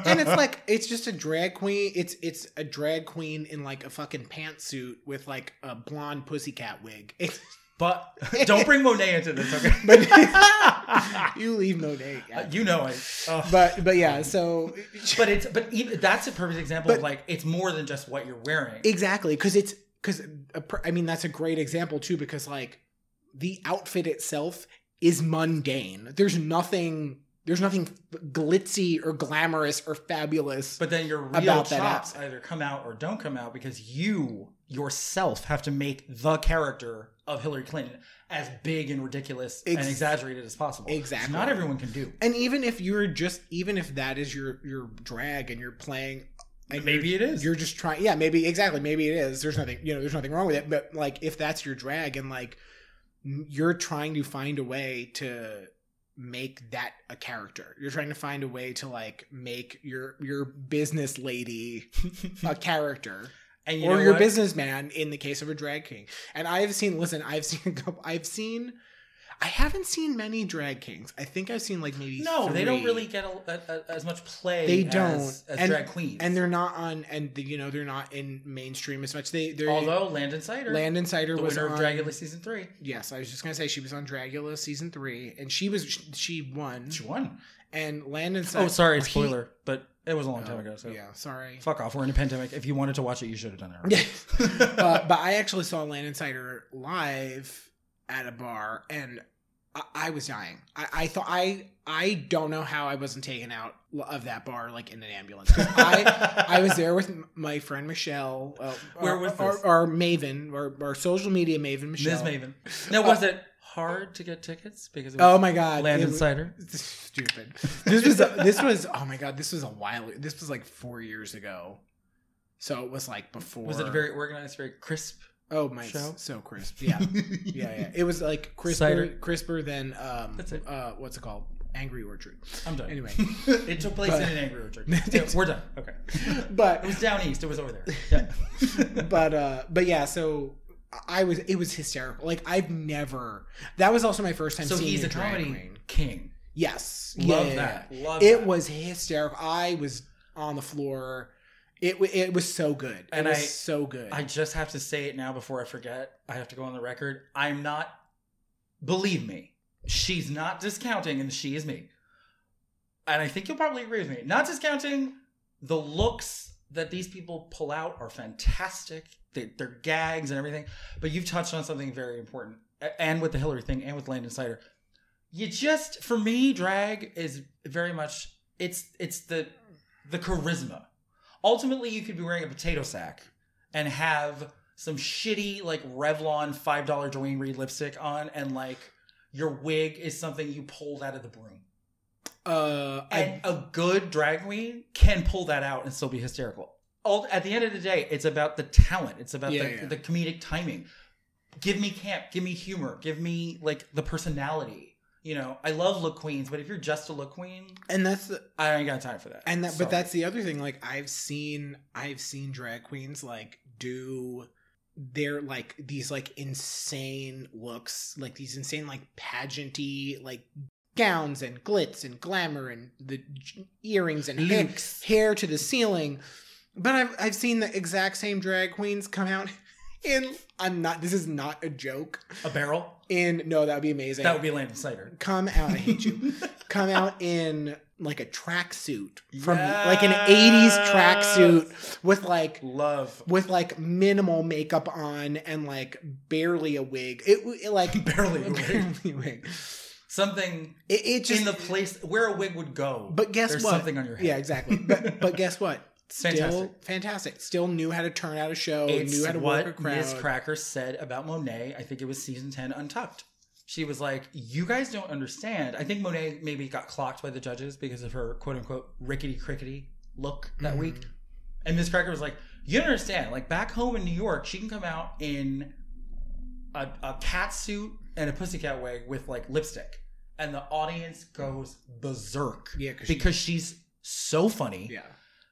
Speaker 1: and it's like it's just a drag queen. It's it's a drag queen in like a fucking pantsuit with like a blonde pussycat wig. It's,
Speaker 2: But don't bring Monet into this, okay?
Speaker 1: But you leave no date.
Speaker 2: Uh, you know it. Ugh. but,
Speaker 1: But but yeah, so
Speaker 2: it's but even, that's a perfect example of
Speaker 1: But-
Speaker 2: like it's more than just what you're wearing.
Speaker 1: exactly because it's because I mean that's a great example too because like the outfit itself is mundane. There's nothing. There's nothing glitzy or glamorous or fabulous.
Speaker 2: but then your real
Speaker 1: About that
Speaker 2: chops either come out or don't come out because you yourself have to make the character of Hillary Clinton as big and ridiculous
Speaker 1: Ex-
Speaker 2: and exaggerated as possible. Which
Speaker 1: Exactly.
Speaker 2: Not everyone can do.
Speaker 1: and even if you're just even if that is your your drag and you're playing and you're
Speaker 2: Maybe it is.
Speaker 1: you're just trying yeah maybe exactly maybe it is there's nothing you know there's nothing wrong with it but like if that's your drag and like m- you're trying to find a way to make that a character you're trying to find a way to like make your your business lady a character
Speaker 2: and you
Speaker 1: or
Speaker 2: know
Speaker 1: your
Speaker 2: what?
Speaker 1: businessman in the case of a drag king and i've seen listen i've seen a couple i've seen i haven't seen many drag kings i think i've seen like maybe
Speaker 2: No, they don't
Speaker 1: three.
Speaker 2: really get a, a, a, as much play.
Speaker 1: They
Speaker 2: as-
Speaker 1: don't.
Speaker 2: as,
Speaker 1: And-
Speaker 2: drag queens.
Speaker 1: and they're not on and you know they're not in mainstream as much they they're
Speaker 2: although Landon Sider,
Speaker 1: Land Insider
Speaker 2: the
Speaker 1: was
Speaker 2: winner
Speaker 1: on
Speaker 2: of Dragula season three,
Speaker 1: Yes, I was just gonna say she was on Dragula season three, and she was she won.
Speaker 2: she won.
Speaker 1: And Land Insider.
Speaker 2: Oh, sorry,
Speaker 1: he-
Speaker 2: spoiler, but it was a long time
Speaker 1: Oh,
Speaker 2: ago. So
Speaker 1: yeah, sorry.
Speaker 2: fuck off. We're in a pandemic. If you wanted to watch it, you should have done it.
Speaker 1: Yeah.
Speaker 2: already.
Speaker 1: uh, but I actually saw Land Insider live at a bar, and I, I was dying. I, I thought I I don't know how I wasn't taken out of that bar like in an ambulance. 'Cause I I was there with m- my friend Michelle. Uh,
Speaker 2: Where
Speaker 1: our,
Speaker 2: was
Speaker 1: our,
Speaker 2: this?
Speaker 1: our Maven, our, our social media Maven
Speaker 2: Ms.
Speaker 1: Michelle?
Speaker 2: Maven. Now, was it hard to get tickets because it
Speaker 1: Oh
Speaker 2: was
Speaker 1: my god,
Speaker 2: Land
Speaker 1: it was-
Speaker 2: Insider?
Speaker 1: This is stupid. This was this was oh my god, this was a while. This was like four years ago. So it was like before.
Speaker 2: Was it a very organized, very crisp?
Speaker 1: oh my
Speaker 2: show?
Speaker 1: so crisp? Yeah, yeah, yeah. It was like crisper,
Speaker 2: Cider.
Speaker 1: crisper than um,
Speaker 2: That's it.
Speaker 1: uh, what's it called? Angry Orchard.
Speaker 2: I'm done.
Speaker 1: Anyway.
Speaker 2: it took place
Speaker 1: But-
Speaker 2: in an angry orchard. Yeah, we're done. Okay. It
Speaker 1: But
Speaker 2: was down east. It was over there. Yeah.
Speaker 1: but uh, but yeah. So I was it was hysterical. Like I've never. That was also my first time
Speaker 2: so
Speaker 1: seeing
Speaker 2: he's a
Speaker 1: drag
Speaker 2: comedy
Speaker 1: queen.
Speaker 2: king.
Speaker 1: Yes,
Speaker 2: Love
Speaker 1: Yeah.
Speaker 2: that. Love
Speaker 1: It
Speaker 2: that.
Speaker 1: was hysterical. I was on the floor. It wa- it was so good.
Speaker 2: And
Speaker 1: it was
Speaker 2: I-
Speaker 1: so good.
Speaker 2: I just have to say it now before I forget. I have to go on the record. I'm not, believe me, she's not discounting, and she is me. And I think you'll probably agree with me. Not discounting the looks that these people pull out are fantastic. They, they're gags and everything. But you've touched on something very important, A- and with the Hillary thing, and with Landon Sider. You just, for me, drag is very much it's it's the the charisma. Ultimately, you could be wearing a potato sack and have some shitty like Revlon five dollar Dwayne Reed lipstick on, and like your wig is something you pulled out of the broom.
Speaker 1: uh,
Speaker 2: And
Speaker 1: I,
Speaker 2: a good drag queen can pull that out and still be hysterical. All, at the end of the day, it's about the talent. It's about
Speaker 1: Yeah,
Speaker 2: the,
Speaker 1: yeah.
Speaker 2: the comedic timing. Give me camp. Give me humor. Give me like the personality. You know, I love look queens, but if you're just a look queen,
Speaker 1: and that's the,
Speaker 2: I ain't got time for that.
Speaker 1: and that,
Speaker 2: Sorry.
Speaker 1: but that's the other thing. Like I've seen I've seen drag queens like do their like these like insane looks, like these insane like pageanty like gowns and glitz and glamour and the j- earrings and hair,
Speaker 2: Luke's.
Speaker 1: hair to the ceiling. But I've I've seen the exact same drag queens come out in I'm not this is not a joke.
Speaker 2: A barrel.
Speaker 1: In no, that would be amazing.
Speaker 2: That would be Landon Snyder.
Speaker 1: come out. I hate you. come out in like a tracksuit from like an 80s tracksuit with like
Speaker 2: Love.
Speaker 1: with like minimal makeup on and like barely a wig. It, w- it, like
Speaker 2: Barely a wig.
Speaker 1: barely a wig.
Speaker 2: Something
Speaker 1: It, it just
Speaker 2: in the place where a wig would go.
Speaker 1: but guess
Speaker 2: there's
Speaker 1: what?
Speaker 2: something on your head.
Speaker 1: Yeah, exactly. But but guess what? Still
Speaker 2: Fantastic.
Speaker 1: fantastic. Still knew how to turn out a show.
Speaker 2: It's
Speaker 1: knew how to
Speaker 2: what
Speaker 1: work a crowd.
Speaker 2: Miss Cracker said about Monet. I think it was season 10 Untucked. She was like, You guys don't understand. I think Monet maybe got clocked by the judges because of her quote unquote rickety crickety look that
Speaker 1: Mhm.
Speaker 2: week. And Miss Cracker was like, You don't understand. Like back home in New York, she can come out in a, a cat suit and a pussycat wig with like lipstick. And the audience goes berserk
Speaker 1: Yeah, because
Speaker 2: because she's so funny.
Speaker 1: yeah.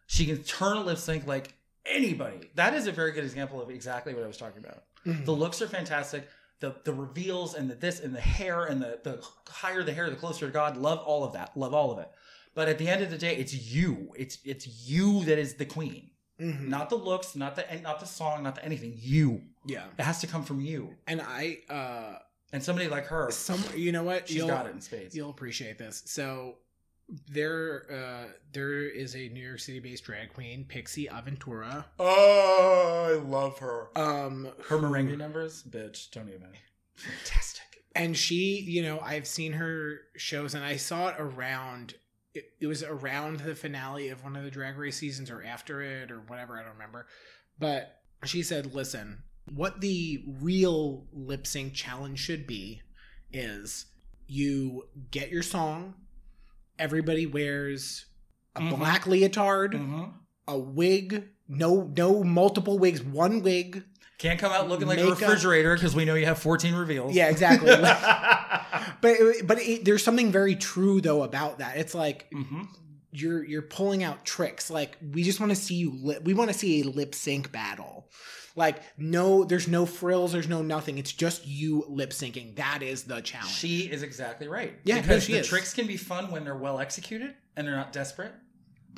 Speaker 2: She can turn a lip sync like anybody. That is a very good example of exactly what I was talking about.
Speaker 1: Mhm.
Speaker 2: The looks are fantastic. The the reveals and the this and the hair and the the higher the hair, the closer to God. Love all of that. Love all of it. But at the end of the day, it's you. It's it's you that is the queen.
Speaker 1: Mhm.
Speaker 2: Not the looks, not the and not the song, not the anything. You.
Speaker 1: yeah.
Speaker 2: It has to come from you.
Speaker 1: And I uh
Speaker 2: And somebody like her,
Speaker 1: some you know what?
Speaker 2: she's
Speaker 1: You'll-
Speaker 2: got it in spades.
Speaker 1: You'll appreciate this. So there uh there is a New York City based drag queen, Pixie Aventura.
Speaker 2: Oh, I love her.
Speaker 1: Um
Speaker 2: Her merengue numbers, bitch. Don't even. Fantastic.
Speaker 1: and she, you know, I've seen her shows and I saw it around it, it was around the finale of one of the drag race seasons or after it or whatever, I don't remember. But she said, "Listen, what the real lip sync challenge should be is you get your song, everybody wears a
Speaker 2: Mhm.
Speaker 1: black leotard,
Speaker 2: hmm
Speaker 1: a wig, no no multiple wigs, one wig.
Speaker 2: Can't come out looking like a
Speaker 1: Makeup.
Speaker 2: refrigerator because we know you have 14 reveals. Mm-hmm.
Speaker 1: Yeah, exactly. but it, but it, there's something very true though about that. It's like
Speaker 2: hmm
Speaker 1: you're you're pulling out tricks. Like we just want to see you. Lip, we want to see a lip sync battle. Like no, there's no frills. There's no nothing. It's just you lip syncing. That is the challenge.
Speaker 2: She is exactly right.
Speaker 1: Yeah, no,
Speaker 2: because
Speaker 1: she
Speaker 2: the
Speaker 1: is.
Speaker 2: tricks can be fun when they're well executed and they're not desperate.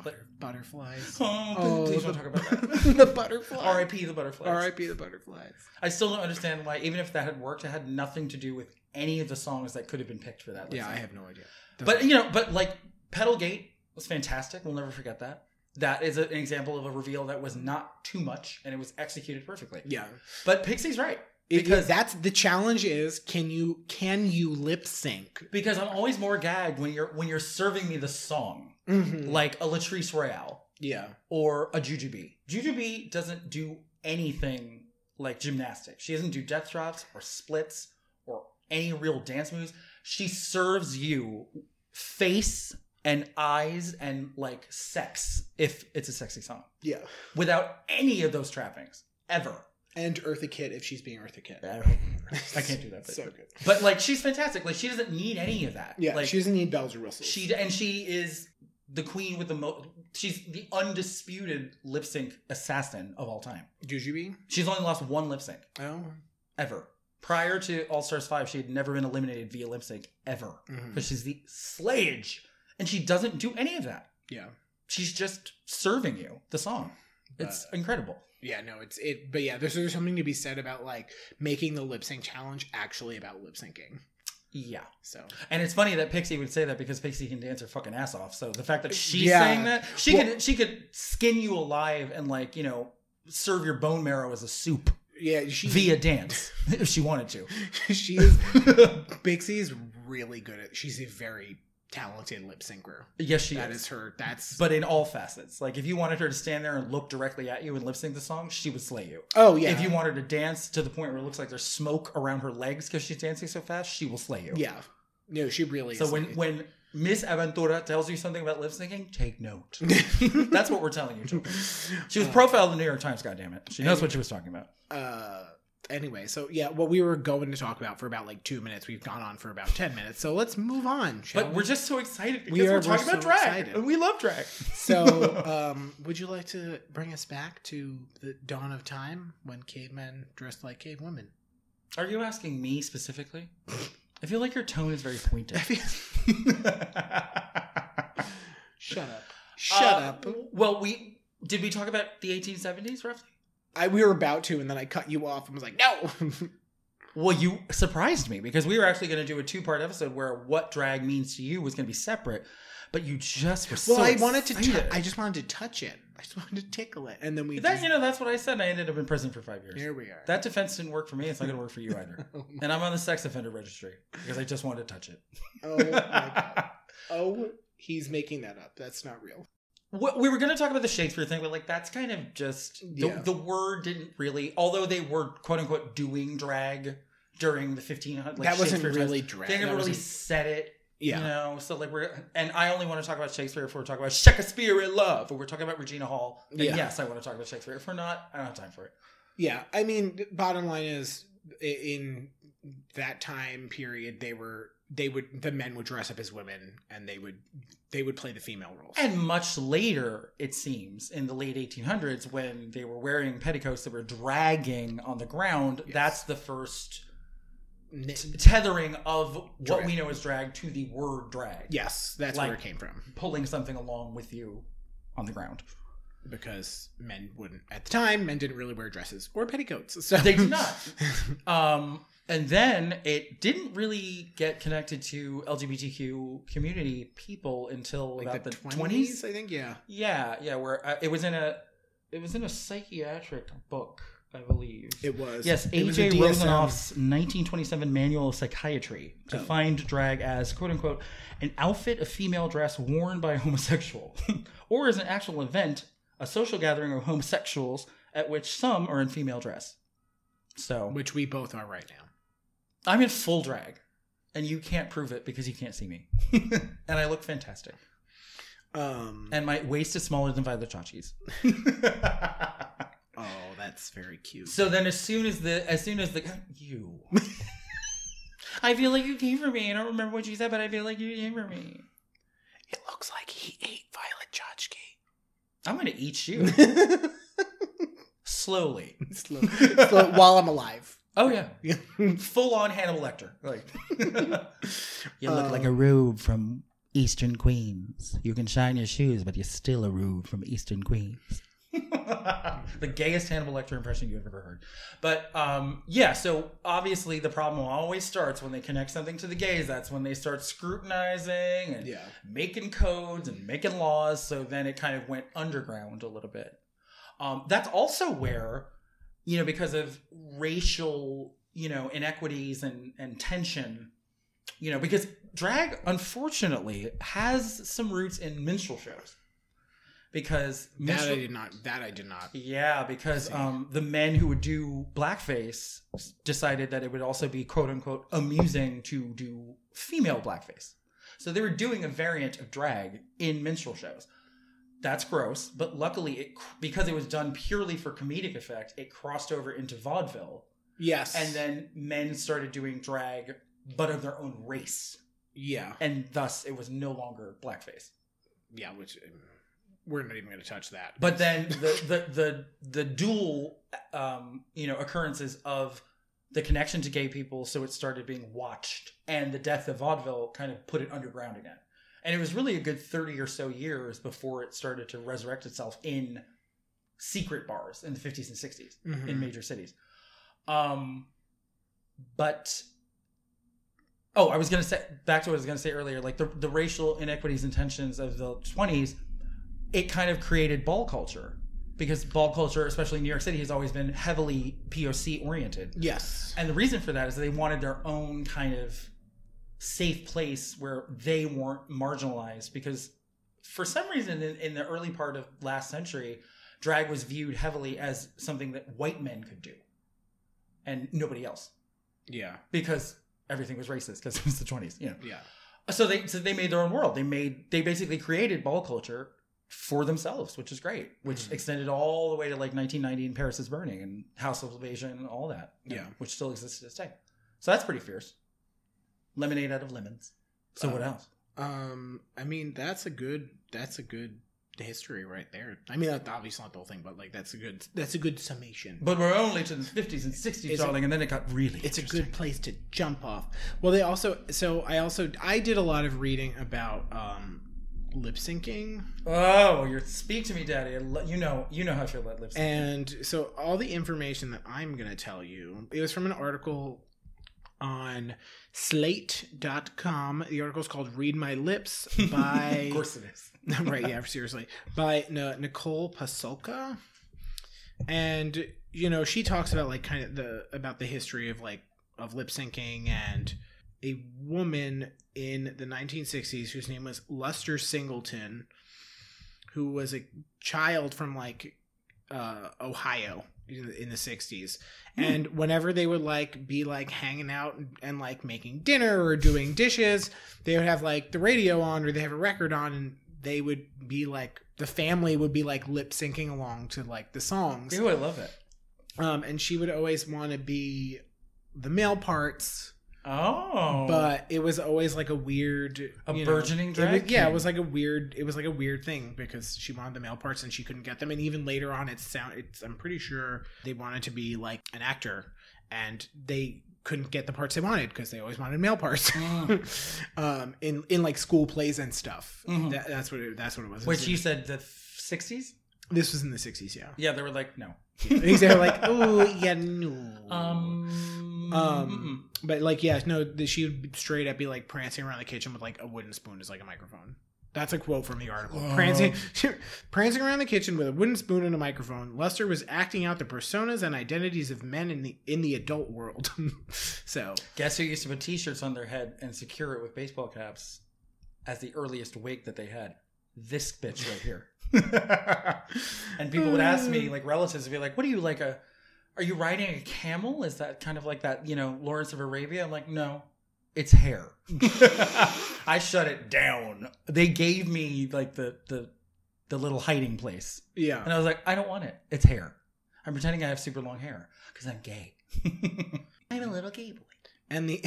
Speaker 2: But
Speaker 1: butterflies.
Speaker 2: oh,
Speaker 1: Oh,
Speaker 2: please
Speaker 1: the-
Speaker 2: don't talk about that.
Speaker 1: the butterflies.
Speaker 2: R.I.P. the butterflies.
Speaker 1: R.I.P. the butterflies.
Speaker 2: I still don't understand why, even if that had worked, it had nothing to do with any of the songs that could have been picked for that.
Speaker 1: Yeah,
Speaker 2: lip
Speaker 1: I
Speaker 2: sync.
Speaker 1: have no idea.
Speaker 2: But you know, but like Pedalgate was fantastic. We'll never forget that. That is an example of a reveal that was not too much and it was executed perfectly.
Speaker 1: yeah,
Speaker 2: But Pixie's right.
Speaker 1: because
Speaker 2: Because-
Speaker 1: that's the challenge. Is can you can you lip sync?
Speaker 2: Because I'm always more gagged when you're when you're serving me the song,
Speaker 1: Mhm.
Speaker 2: like a Latrice Royale
Speaker 1: Yeah.
Speaker 2: or a Jujubee. Jujubee doesn't do anything like gymnastics. She doesn't do death drops or splits or any real dance moves. She serves you face and eyes and like sex if it's a sexy song
Speaker 1: Yeah.
Speaker 2: without any of those trappings ever.
Speaker 1: And Eartha Kitt if she's being Eartha Kitt.
Speaker 2: I can't do that. But,
Speaker 1: so good.
Speaker 2: but like she's fantastic. Like she doesn't need any of that.
Speaker 1: Yeah,
Speaker 2: like,
Speaker 1: she doesn't need bells or whistles.
Speaker 2: She and she is the queen with the most. She's the undisputed lip sync assassin of all time.
Speaker 1: Jujubee?
Speaker 2: She's only lost one lip sync
Speaker 1: Oh.
Speaker 2: ever. Prior to All Stars Five, she had never been eliminated via lip sync ever
Speaker 1: Mhm.
Speaker 2: because she's the slage, and she doesn't do any of that.
Speaker 1: Yeah.
Speaker 2: She's just serving you the song. It's incredible.
Speaker 1: Yeah, no, it's it but yeah, there's there's something to be said about like making the lip sync challenge actually about lip syncing.
Speaker 2: Yeah,
Speaker 1: So
Speaker 2: and it's funny that Pixie would say that because Pixie can dance her fucking ass off. So the fact that she's
Speaker 1: Yeah.
Speaker 2: saying that she
Speaker 1: Well-
Speaker 2: could she could skin you alive and like you know serve your bone marrow as a soup.
Speaker 1: yeah, she
Speaker 2: via dance if she wanted to.
Speaker 1: she is Bixie's really good at she's a very talented lip syncer.
Speaker 2: yes, she
Speaker 1: That
Speaker 2: is.
Speaker 1: is her that's
Speaker 2: But in all facets. Like if you wanted her to stand there and look directly at you and lip sync the song, she would slay you.
Speaker 1: Oh yeah.
Speaker 2: If you want her to dance to the point where it looks like there's smoke around her legs because she's dancing so fast, she will slay you.
Speaker 1: Yeah. No, she really
Speaker 2: So
Speaker 1: is
Speaker 2: when
Speaker 1: like-
Speaker 2: when Miss Aventura tells you something about lip syncing, take note. That's what we're telling you. Children. She was
Speaker 1: Uh,
Speaker 2: profiled in the New York Times. goddammit. it, she knows what she was talking about.
Speaker 1: uh anyway so yeah what we were going to talk about for about like two minutes we've gone on for about 10 minutes so let's move on shall
Speaker 2: But
Speaker 1: we?
Speaker 2: we're just so excited because
Speaker 1: We
Speaker 2: we
Speaker 1: are-
Speaker 2: are, talking
Speaker 1: we're
Speaker 2: about
Speaker 1: so
Speaker 2: drag,
Speaker 1: excited.
Speaker 2: and we love drag.
Speaker 1: so um would you like to bring us back to the dawn of time when cavemen dressed like cavewomen
Speaker 2: Are you asking me specifically? I feel like your tone is very pointed.
Speaker 1: Shut up. Shut
Speaker 2: Uh,
Speaker 1: up.
Speaker 2: Well, we did we talk about the 1870s roughly?
Speaker 1: I, we were about to, and then I cut you off and was like, no.
Speaker 2: Well, you surprised me because we were actually going to do a two-part episode where what drag means to you was going to be separate, but you just were
Speaker 1: well,
Speaker 2: so
Speaker 1: I wanted to.
Speaker 2: excited.
Speaker 1: T- I just wanted to touch it. I just wanted to tickle it, and then we.
Speaker 2: that
Speaker 1: just-
Speaker 2: you know that's what I said. and I ended up in prison for five years.
Speaker 1: here we are.
Speaker 2: That defense didn't work for me. It's not going to work for you either. and I'm on the sex offender registry because I just wanted to touch it.
Speaker 1: oh, my God. oh, he's making that up. That's not real.
Speaker 2: we we were going to talk about the Shakespeare thing, but like that's kind of just the,
Speaker 1: Yeah.
Speaker 2: the word didn't really. Although they were quote unquote doing drag during the 1500s, like
Speaker 1: that wasn't
Speaker 2: Shakespeare times,
Speaker 1: really drag.
Speaker 2: They
Speaker 1: That
Speaker 2: never really
Speaker 1: wasn't-
Speaker 2: said it.
Speaker 1: yeah.
Speaker 2: You know, so like we're and I only want to talk about Shakespeare if we're talking about Shakespeare in love, or we're talking about Regina Hall. then
Speaker 1: Yeah.
Speaker 2: Yes, I want to talk about Shakespeare. If we're not, I don't have time for it.
Speaker 1: Yeah, I mean, th- bottom line is i- in that time period, they were they would the men would dress up as women and they would they would play the female roles.
Speaker 2: And much later, it seems, in the late 1800s, when they were wearing petticoats that were dragging on the ground,
Speaker 1: Yes.
Speaker 2: that's the first
Speaker 1: N-
Speaker 2: tethering of what
Speaker 1: Drag.
Speaker 2: we know as drag to the word drag.
Speaker 1: yes, that's where
Speaker 2: Like-
Speaker 1: it came from
Speaker 2: Pulling something along with you on the ground.
Speaker 1: because men wouldn't at the time men didn't really wear dresses or petticoats. So
Speaker 2: They did not. Um, and then it didn't really get connected to LGBTQ community people until
Speaker 1: like
Speaker 2: about
Speaker 1: the
Speaker 2: the 20s.
Speaker 1: twenties, I think. Yeah,
Speaker 2: Yeah, yeah, where uh, it was in a it was in a psychiatric book, I believe.
Speaker 1: it was.
Speaker 2: Yes,
Speaker 1: It was a
Speaker 2: A.J.
Speaker 1: DSM.
Speaker 2: Rosenoff's 1927 Manual of Psychiatry
Speaker 1: Oh.
Speaker 2: defined drag as, quote unquote, an outfit of female dress worn by a homosexual, or as an actual event, a social gathering of homosexuals at which some are in female dress. So,
Speaker 1: which we both are right now.
Speaker 2: I'm in full drag, and you can't prove it because you can't see me. and I look fantastic.
Speaker 1: Um.
Speaker 2: And my waist is smaller than Violet Chachi's.
Speaker 1: oh, that's very cute.
Speaker 2: So then, as soon as the as soon as the you, I feel like you came for me. I don't remember what you said, but I feel like you came for me.
Speaker 1: it looks like he ate Violet
Speaker 2: I'm gonna eat you
Speaker 1: Chachki.
Speaker 2: slowly.
Speaker 1: Slow- slow- while I'm alive.
Speaker 2: Oh yeah,
Speaker 1: Yeah.
Speaker 2: full on Hannibal Lecter. Like Um, you
Speaker 1: look like a
Speaker 2: rube from Eastern Queens. You can shine your shoes, but you're still a rube from Eastern Queens. the gayest Hannibal Lecter impression you've ever heard. But um, yeah, so obviously the problem always starts when they connect something to the gays. That's when they start scrutinizing and
Speaker 1: Yeah.
Speaker 2: making codes and making laws. So then it kind of went underground a little bit. Um, that's also where, you know, because of racial, you know, inequities and, and tension, you know, because drag, unfortunately, has some roots in minstrel shows. Because
Speaker 1: That I
Speaker 2: minstrel-
Speaker 1: did not. That I did not.
Speaker 2: yeah, because
Speaker 1: See.
Speaker 2: um, the men who would do blackface decided that it would also be quote unquote amusing to do female blackface. So they were doing a variant of drag in minstrel shows. That's gross, but luckily, it because it was done purely for comedic effect, it crossed over into vaudeville,
Speaker 1: Yes.
Speaker 2: and then men started doing drag, but of their own race,
Speaker 1: yeah,
Speaker 2: and thus it was no longer blackface.
Speaker 1: yeah. Which um, we're not even going to touch that.
Speaker 2: But then the the the the dual um, you know occurrences of the connection to gay people, so it started being watched, and the death of vaudeville kind of put it underground again. And it was really a good thirty or so years before it started to resurrect itself in secret bars in the fifties and sixties
Speaker 1: Mhm.
Speaker 2: in major cities. Um, but oh, I was gonna say back to what I was gonna say earlier, like the the racial inequities and tensions of the twenties, it kind of created ball culture because ball culture, especially in New York City, has always been heavily POC oriented,
Speaker 1: yes,
Speaker 2: and the reason for that is they wanted their own kind of safe place where they weren't marginalized because for some reason in, in the early part of last century drag was viewed heavily as something that white men could do and nobody else
Speaker 1: yeah,
Speaker 2: because everything was racist because it was the 20s you know
Speaker 1: yeah.
Speaker 2: so they so they made their own world they made they basically created ball culture for themselves which is great which
Speaker 1: Mhm.
Speaker 2: extended all the way to like 1990 and paris is burning and house of evasion and all that you know,
Speaker 1: Yeah.
Speaker 2: which still exists to this day so that's pretty fierce lemonade out of lemons so what
Speaker 1: Uh,
Speaker 2: else
Speaker 1: Um, I mean, that's a good. That's a good history right there. I mean, that's obviously not the whole thing, but like that's a good that's a good summation.
Speaker 2: But we're only to the 50s and 60s,
Speaker 1: It's a-
Speaker 2: darling, and then it got really.
Speaker 1: it's a
Speaker 2: interesting.
Speaker 1: good place to jump off. Well, they also so I also I did a lot of reading about um lip syncing
Speaker 2: Oh, you're speak to me, Daddy. I lo- You know, you know how I feel about lips.
Speaker 1: and so all the information that I'm going to tell you it was from an article on slate.com. The article's called Read My Lips by
Speaker 2: of course it is.
Speaker 1: right yeah seriously by N- nicole pasulka and you know she talks about like kind of the about the history of like of lip syncing and a woman in the 1960s whose name was luster singleton who was a child from like uh ohio in the, in the 60s and whenever they would like be like hanging out and, and like making dinner or doing dishes they would have like the radio on or they have a record on and they would be like the family would be like lip syncing along to like the songs
Speaker 2: Ew, I love it.
Speaker 1: um and she would always want to be the male parts
Speaker 2: Oh,
Speaker 1: but it was always like a weird
Speaker 2: a
Speaker 1: you know,
Speaker 2: burgeoning
Speaker 1: it was-
Speaker 2: drag.
Speaker 1: yeah, it
Speaker 2: king.
Speaker 1: was like a weird. It was like a weird thing because she wanted the male parts and she couldn't get them. And even later on, it sound. It's, I'm pretty sure they wanted to be like an actor, and they couldn't get the parts they wanted because they always wanted male parts.
Speaker 2: Mm.
Speaker 1: um, in in like school plays and stuff.
Speaker 2: Mhm.
Speaker 1: That, that's what it, that's what it was.
Speaker 2: Which you said the f- 60s?
Speaker 1: this was in the sixties. Yeah,
Speaker 2: Yeah, they were like, no.
Speaker 1: they were like, oh yeah, no.
Speaker 2: Um,
Speaker 1: Um, but like yeah, no. the- She would straight up be like prancing around the kitchen with like a wooden spoon as like a microphone. That's a quote from the article.
Speaker 2: Oh.
Speaker 1: Prancing, prancing around the kitchen with a wooden spoon and a microphone. Lester was acting out the personas and identities of men in the in the adult world. so
Speaker 2: mm. guess who used to put t-shirts on their head and secure it with baseball caps as the earliest wig that they had? This bitch right here. and people would ask me, like relatives, would be like, "What are you like a? Are you riding a camel? Is that kind of like that? You know, Lawrence of Arabia?" I'm like, "No, it's hair." I shut it down. They gave me like the the the little hiding place.
Speaker 1: yeah,
Speaker 2: And I was like, I don't want it. It's hair. I'm pretending I have super long hair because I'm gay. I'm a little gay boy.
Speaker 1: and the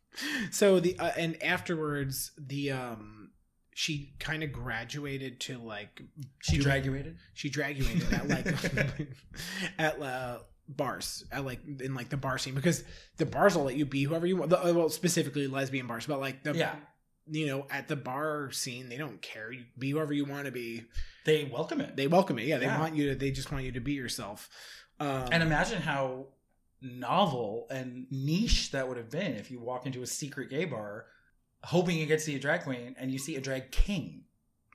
Speaker 1: so the uh, and afterwards the um she kind of graduated to like
Speaker 2: She
Speaker 1: Do-
Speaker 2: graduated.
Speaker 1: She drag you into that like at uh, bars at like in like the bar scene because the bars will let you be whoever you want. The, uh, well, specifically lesbian bars, but like the
Speaker 2: Yeah.
Speaker 1: you know at the bar scene they don't care. You be whoever you want to be.
Speaker 2: They welcome it.
Speaker 1: They welcome it. Yeah, they
Speaker 2: Yeah.
Speaker 1: want you to. They just want you to be yourself. Um,
Speaker 2: and imagine how novel and niche that would have been if you walk into a secret gay bar hoping you get to see a drag queen and you see a drag king.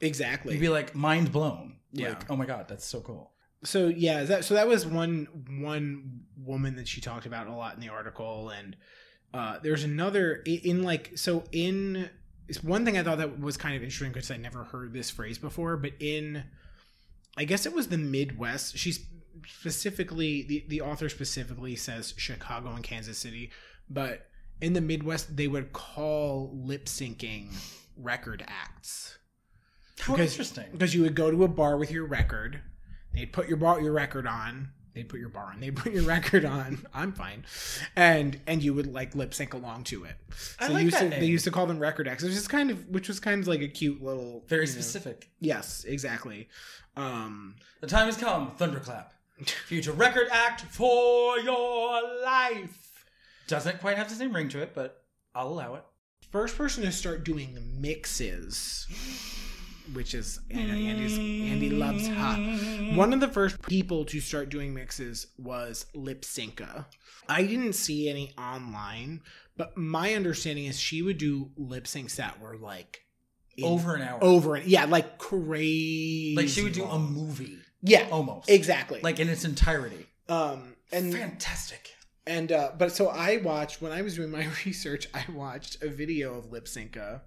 Speaker 1: exactly.
Speaker 2: You'd be like mind blown.
Speaker 1: Yeah.
Speaker 2: Like, oh my God, that's so cool.
Speaker 1: so yeah that so that was one one woman that she talked about a lot in the article and uh there's another i- in like so in it's one thing i thought that was kind of interesting because i never heard this phrase before but in i guess it was the midwest she's specifically the, the author specifically says chicago and kansas city but in the midwest they would call lip syncing record acts
Speaker 2: How
Speaker 1: Because-
Speaker 2: interesting.
Speaker 1: because you would go to a bar with your record. They'd put your bar your record on. They'd put your bar on. They'd put your record on. I'm fine, and and you would like lip sync along to it. So
Speaker 2: I
Speaker 1: they
Speaker 2: like
Speaker 1: used
Speaker 2: that
Speaker 1: to, They
Speaker 2: name.
Speaker 1: used to call them record acts, which is kind of which was kind of like a cute little
Speaker 2: Very
Speaker 1: you know-
Speaker 2: specific.
Speaker 1: Yes, exactly. Um,
Speaker 2: The time has come, thunderclap. Future record act for your life. Doesn't quite have the same ring to it, but I'll allow it.
Speaker 1: first person to start doing mixes, which is I know Andy's Andy loves hot. One of the first people to start doing mixes was Lipsinka. I didn't see any online, but my understanding is she would do lip syncs that were like in- oh,
Speaker 2: over an hour.
Speaker 1: over, yeah, like crazy.
Speaker 2: like she would do a
Speaker 1: long.
Speaker 2: movie
Speaker 1: yeah,
Speaker 2: almost,
Speaker 1: exactly.
Speaker 2: like in its entirety.
Speaker 1: um, and
Speaker 2: Fantastic.
Speaker 1: and uh, but so I watched when I was doing my research, I watched a video of Lip Synca,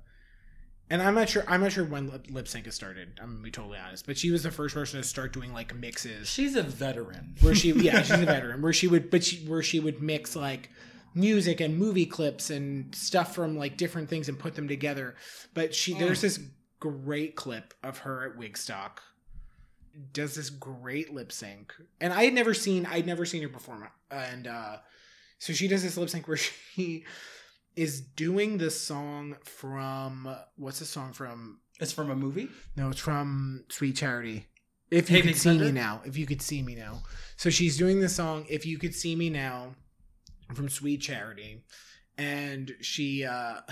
Speaker 1: and I'm not sure I'm not sure when Lip, Lip Synca started. I'm gonna be totally honest, but she was the first person to start doing like mixes
Speaker 2: She's a veteran.
Speaker 1: where she yeah she's a veteran where she would but she where she would mix like music and movie clips and stuff from like different things and put them together. But she there's this great clip of her at Wigstock does this great lip sync and i had never seen i'd never seen her perform and uh so she does this lip sync where she is doing the song from what's the song from
Speaker 2: It's from a movie.
Speaker 1: No, it's from Sweet Charity. If you
Speaker 2: Hey,
Speaker 1: could
Speaker 2: Big
Speaker 1: see me
Speaker 2: Thunder?
Speaker 1: now, if you could see me now. So she's doing this song, "If You Could See Me Now," from Sweet Charity, and she uh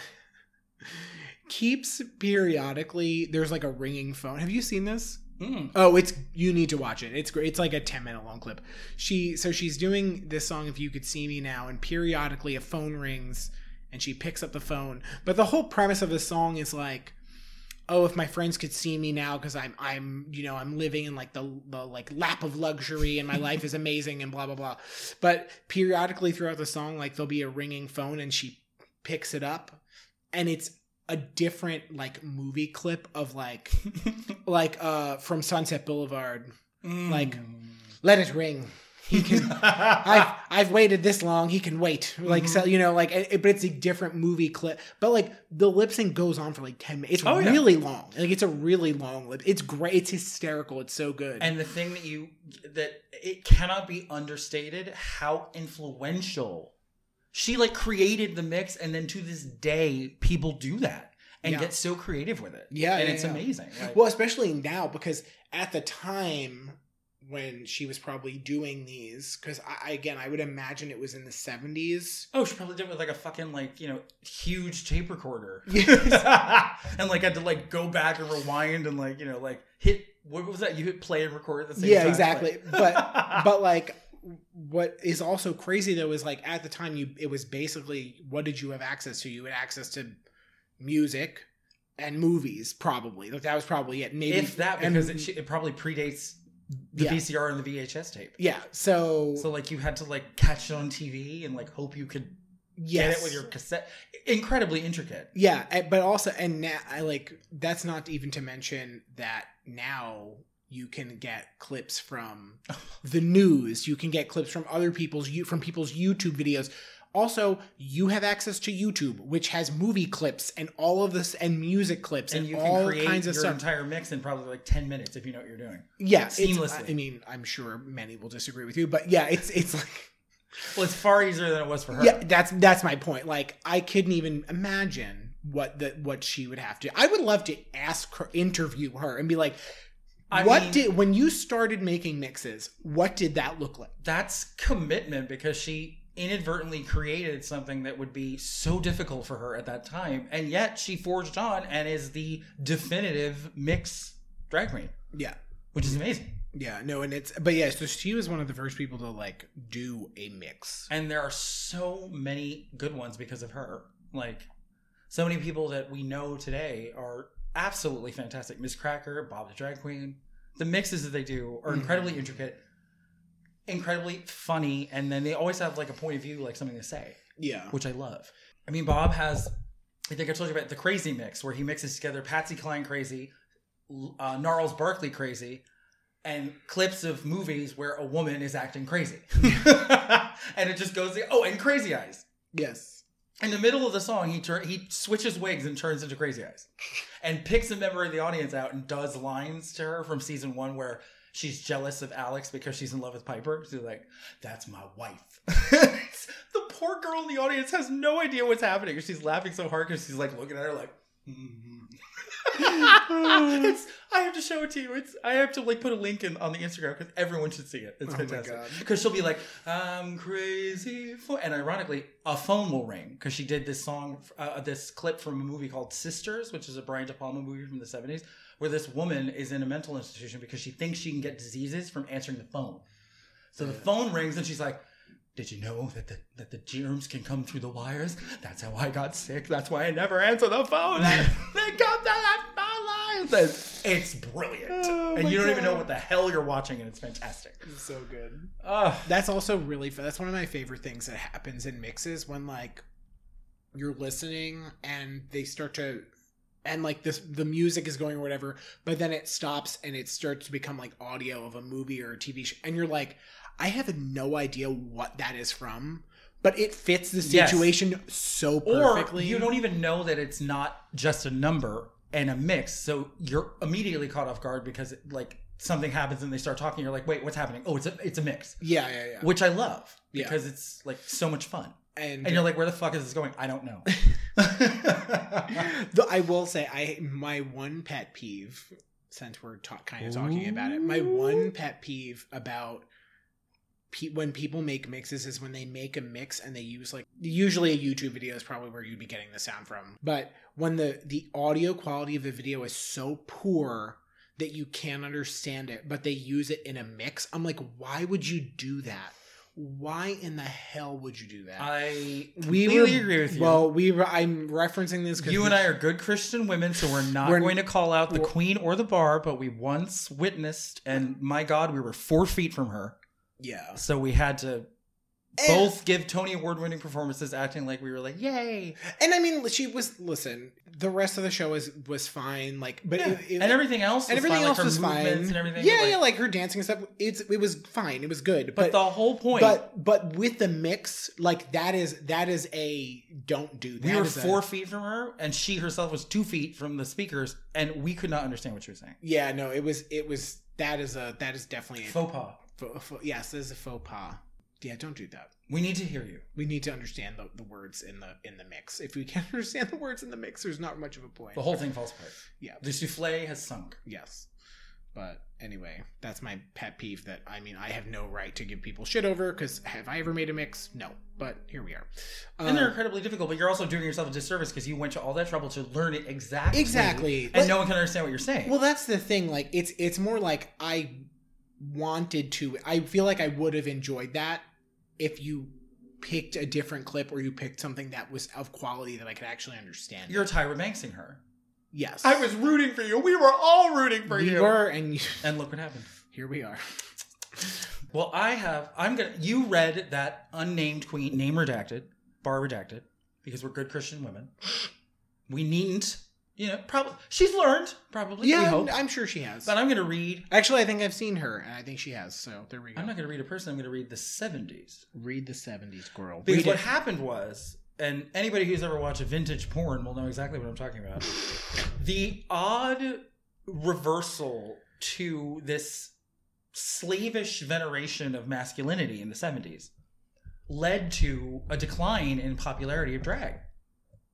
Speaker 1: keeps periodically. There's like a ringing phone. Have you seen this?
Speaker 2: Mm.
Speaker 1: Oh, it's you need to watch it. It's great. It's like a 10 minute long clip. She so she's doing this song if you could see me now and periodically a phone rings and she picks up the phone. But the whole premise of the song is like oh, if my friends could see me now cuz I'm I'm you know, I'm living in like the the like lap of luxury and my life is amazing and blah blah blah. But periodically throughout the song like there'll be a ringing phone and she picks it up and it's a different like movie clip of like like uh from Sunset Boulevard. Like- Let it ring. He can. I've I've waited this long. He can wait. Like
Speaker 2: Mm-hmm.
Speaker 1: so, you know, like it, but it's a different movie clip. But like the lip sync goes on for like ten minutes. It's
Speaker 2: Oh, yeah.
Speaker 1: really long. Like it's a really long lip. It's great. It's hysterical. It's so good.
Speaker 2: and the thing that you that it cannot be understated how influential she like created the mix, and then to this day people do that and
Speaker 1: Yeah.
Speaker 2: get so creative with it.
Speaker 1: Yeah,
Speaker 2: and
Speaker 1: yeah,
Speaker 2: it's
Speaker 1: yeah.
Speaker 2: amazing. Like,
Speaker 1: well, especially now because at the time when she was probably doing these, because I, I- again I would imagine it was in the seventies.
Speaker 2: Oh, she probably did it with like a fucking like you know huge tape recorder, and like had to like go back and rewind and like you know like hit what was that? You hit play and record at the same
Speaker 1: Yeah,
Speaker 2: time.
Speaker 1: exactly.
Speaker 2: Like-
Speaker 1: But- but like what is also crazy though is like at the time you it was basically what did you have access to you had access to music and movies probably like that was probably it maybe
Speaker 2: if that
Speaker 1: and-
Speaker 2: because it, it probably predates the
Speaker 1: Yeah.
Speaker 2: VCR and the VHS tape.
Speaker 1: yeah so,
Speaker 2: So like you had to like catch it on TV and like hope you could
Speaker 1: yes
Speaker 2: get it with your cassette. Incredibly intricate.
Speaker 1: yeah and- but also and now i like that's not even to mention that now you can get clips from the news you can get clips from other people's you from people's youtube videos also you have access to youtube which has movie clips and all of this and music clips
Speaker 2: And
Speaker 1: and,
Speaker 2: you can
Speaker 1: all
Speaker 2: create
Speaker 1: kinds
Speaker 2: your
Speaker 1: of stuff
Speaker 2: entire mix in probably like ten minutes if you know what you're doing.
Speaker 1: yeah it's-
Speaker 2: seamlessly.
Speaker 1: i mean i'm sure many will disagree with you but yeah it's it's like
Speaker 2: Well, it's far easier than it was for her.
Speaker 1: Yeah, that's that's my point. Like I couldn't even imagine what the what she would have to. I would love to ask her, interview her, and be like,
Speaker 2: I
Speaker 1: "What
Speaker 2: mean-
Speaker 1: did when you started making mixes? What did that look like?"
Speaker 2: that's commitment because she inadvertently created something that would be so difficult for her at that time and yet she forged on and is the definitive mix drag queen
Speaker 1: Yeah,
Speaker 2: which is amazing
Speaker 1: yeah, no, and it's but yeah. So she was one of the first people to like do a mix.
Speaker 2: and there are so many good ones because of her like so many people that we know today are absolutely fantastic miss cracker bob the drag queen the mixes that they do are incredibly
Speaker 1: Mhm.
Speaker 2: intricate incredibly funny and then they always have like a point of view like something to say
Speaker 1: Yeah,
Speaker 2: which I love. I mean, Bob has, I think I told you about the crazy mix where he mixes together Patsy Cline crazy, uh, Gnarls Barkley crazy, and clips of movies where a woman is acting crazy. and it just goes, oh, and Crazy Eyes.
Speaker 1: yes,
Speaker 2: In the middle of the song, he tur- he switches wigs and turns into Crazy Eyes, and picks a member of the audience out and does lines to her from season one where she's jealous of Alex because she's in love with Piper. She's like, "That's my wife." the poor girl in the audience has no idea what's happening. She's laughing so hard because she's like looking at her like. "Mhm."
Speaker 1: Oh
Speaker 2: it's, I have to show it to you. It's I have to like put a link in on the Instagram because everyone should see it. It's
Speaker 1: Oh my
Speaker 2: fantastic.
Speaker 1: God.
Speaker 2: Because she'll be like, "I'm crazy," for-" and ironically, a phone will ring because she did this song, uh, this clip from a movie called Sisters, which is a Brian De Palma movie from the '70s, where this woman is in a mental institution because she thinks she can get diseases from answering the phone. So the phone rings and she's like, did you know that the, that the germs can come through the wires? That's how I got sick. That's why I never answer the phone. they come to my life. It's- It's brilliant.
Speaker 1: Oh
Speaker 2: and
Speaker 1: my
Speaker 2: you don't even
Speaker 1: God.
Speaker 2: know what the hell you're watching, and it's fantastic.
Speaker 1: so good.
Speaker 2: Ugh.
Speaker 1: That's also really fun. That's one of my favorite things that happens in mixes when like you're listening and they start to and like this the music is going or whatever, but then it stops and it starts to become like audio of a movie or a TV show and you're like I have no idea what that is from, but it fits the
Speaker 2: Yes.
Speaker 1: situation so
Speaker 2: or
Speaker 1: perfectly.
Speaker 2: you don't even know that it's not just a number and a mix so you're immediately caught off guard because like something happens and they start talking you're like wait what's happening oh it's a it's a mix
Speaker 1: Yeah, yeah, yeah.
Speaker 2: which i love
Speaker 1: Yeah.
Speaker 2: because it's like so much fun
Speaker 1: and,
Speaker 2: And you're like, where the fuck is this going? I don't know.
Speaker 1: Though I will say, I my one pet peeve since we're ta- kind of talking about it, my one pet peeve about pe- when people make mixes is when they make a mix and they use like usually a YouTube video is probably where you'd be getting the sound from, but when the the audio quality of the video is so poor that you can't understand it, but they use it in a mix, I'm like, why would you do that? Why in the hell would you do that?
Speaker 2: I
Speaker 1: we
Speaker 2: completely
Speaker 1: were,
Speaker 2: agree with you.
Speaker 1: Well, we were, I'm referencing this because
Speaker 2: you and I are good Christian women, so we're not
Speaker 1: We're-
Speaker 2: going to call out the
Speaker 1: we're-
Speaker 2: queen or the bar, but we once witnessed, and my God, we were four feet from her.
Speaker 1: yeah.
Speaker 2: So we had to
Speaker 1: And,
Speaker 2: both give Tony Award winning performances, acting like we were like, yay.
Speaker 1: and I mean, she was listen. The rest of the show was was fine. Like, but
Speaker 2: Yeah.
Speaker 1: it, it-
Speaker 2: and everything else
Speaker 1: and
Speaker 2: was
Speaker 1: everything
Speaker 2: fine,
Speaker 1: else
Speaker 2: like her
Speaker 1: was fine.
Speaker 2: movements and everything.
Speaker 1: yeah,
Speaker 2: but, like-
Speaker 1: yeah, like her dancing and stuff. It's it was fine. It was good.
Speaker 2: But
Speaker 1: But
Speaker 2: the whole point,
Speaker 1: but but with the mix, like that is that is a don't do. that.
Speaker 2: we were
Speaker 1: is a-
Speaker 2: four feet from her, and she herself was two feet from the speakers, and we could not understand what she was saying.
Speaker 1: yeah, no, it was it was that is a that is definitely a,
Speaker 2: Faux pas.
Speaker 1: fo- fo- yes, this is a faux pas. Yeah, don't do that.
Speaker 2: We need to hear you.
Speaker 1: We need to understand the, the words in the in the mix. If we can't understand the words in the mix, there's not much of a point.
Speaker 2: The whole thing falls apart.
Speaker 1: Yeah.
Speaker 2: The souffle has sunk.
Speaker 1: Yes. But anyway, that's my pet peeve that I mean, I have no right to give people shit over because have I ever made a mix? No. But here we are. Um,
Speaker 2: and they're incredibly difficult, but you're also doing yourself a disservice because you went to all that trouble to learn it exactly.
Speaker 1: Uh, exactly.
Speaker 2: And
Speaker 1: But-
Speaker 2: no one can understand what you're saying.
Speaker 1: well, that's the thing. Like, it's it's more like I wanted to. I feel like I would have enjoyed that if you picked a different clip or you picked something that was of quality that I could actually understand.
Speaker 2: you're Tyra Banksing her.
Speaker 1: yes,
Speaker 2: rooting for you. We were all rooting
Speaker 1: We were, and
Speaker 2: And look what happened.
Speaker 1: here we are.
Speaker 2: Well, I have. I'm gonna. You read that unnamed queen, name redacted, bar redacted, because we're good Christian women. We needn't. You know, probably she's learned. Probably. we
Speaker 1: Yeah,
Speaker 2: hope.
Speaker 1: I'm sure she has.
Speaker 2: But I'm gonna read.
Speaker 1: Actually, I think I've seen her, and I think she has. So there we go.
Speaker 2: I'm not gonna read a person. I'm gonna read the 70s.
Speaker 1: Read the seventies, girl.
Speaker 2: Because
Speaker 1: Read
Speaker 2: what
Speaker 1: it.
Speaker 2: happened was, and anybody who's ever watched a vintage porn will know exactly what I'm talking about. the odd reversal to this slavish veneration of masculinity in the 70s led to a decline in popularity of drag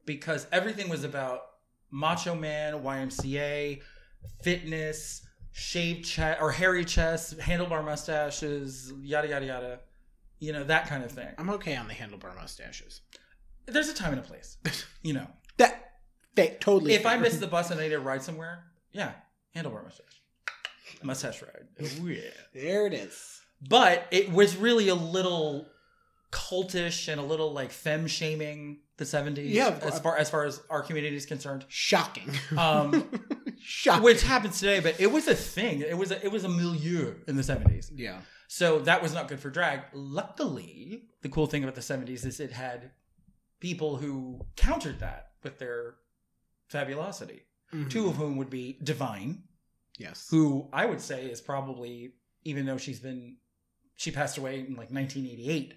Speaker 2: because everything was about macho man, YMCA, fitness, shaved chest or hairy chest, handlebar mustaches, yada yada yada. You know, that kind of thing
Speaker 1: I'm okay on the handlebar mustaches.
Speaker 2: there's a time and a place. You know,
Speaker 1: That, that totally.
Speaker 2: if I
Speaker 1: fair.
Speaker 2: miss the bus and I need to ride somewhere, yeah, handlebar mustache, mustache ride. Ooh, yeah.
Speaker 1: there it is.
Speaker 2: But it was really a little cultish and a little like femme shaming the 70s.
Speaker 1: Yeah,
Speaker 2: as
Speaker 1: uh,
Speaker 2: far as far as our community is concerned,
Speaker 1: Shocking.
Speaker 2: um,
Speaker 1: Shocking.
Speaker 2: which happens today. But it was a thing. It was a, it was a milieu in the 70s.
Speaker 1: yeah.
Speaker 2: So that was not good for drag. Luckily, the cool thing about the 70s is it had people who countered that with their fabulosity. Two of whom would be Divine,
Speaker 1: Mm-hmm. Yes.
Speaker 2: who I would say is probably, even though she's been, she passed away in like 1988,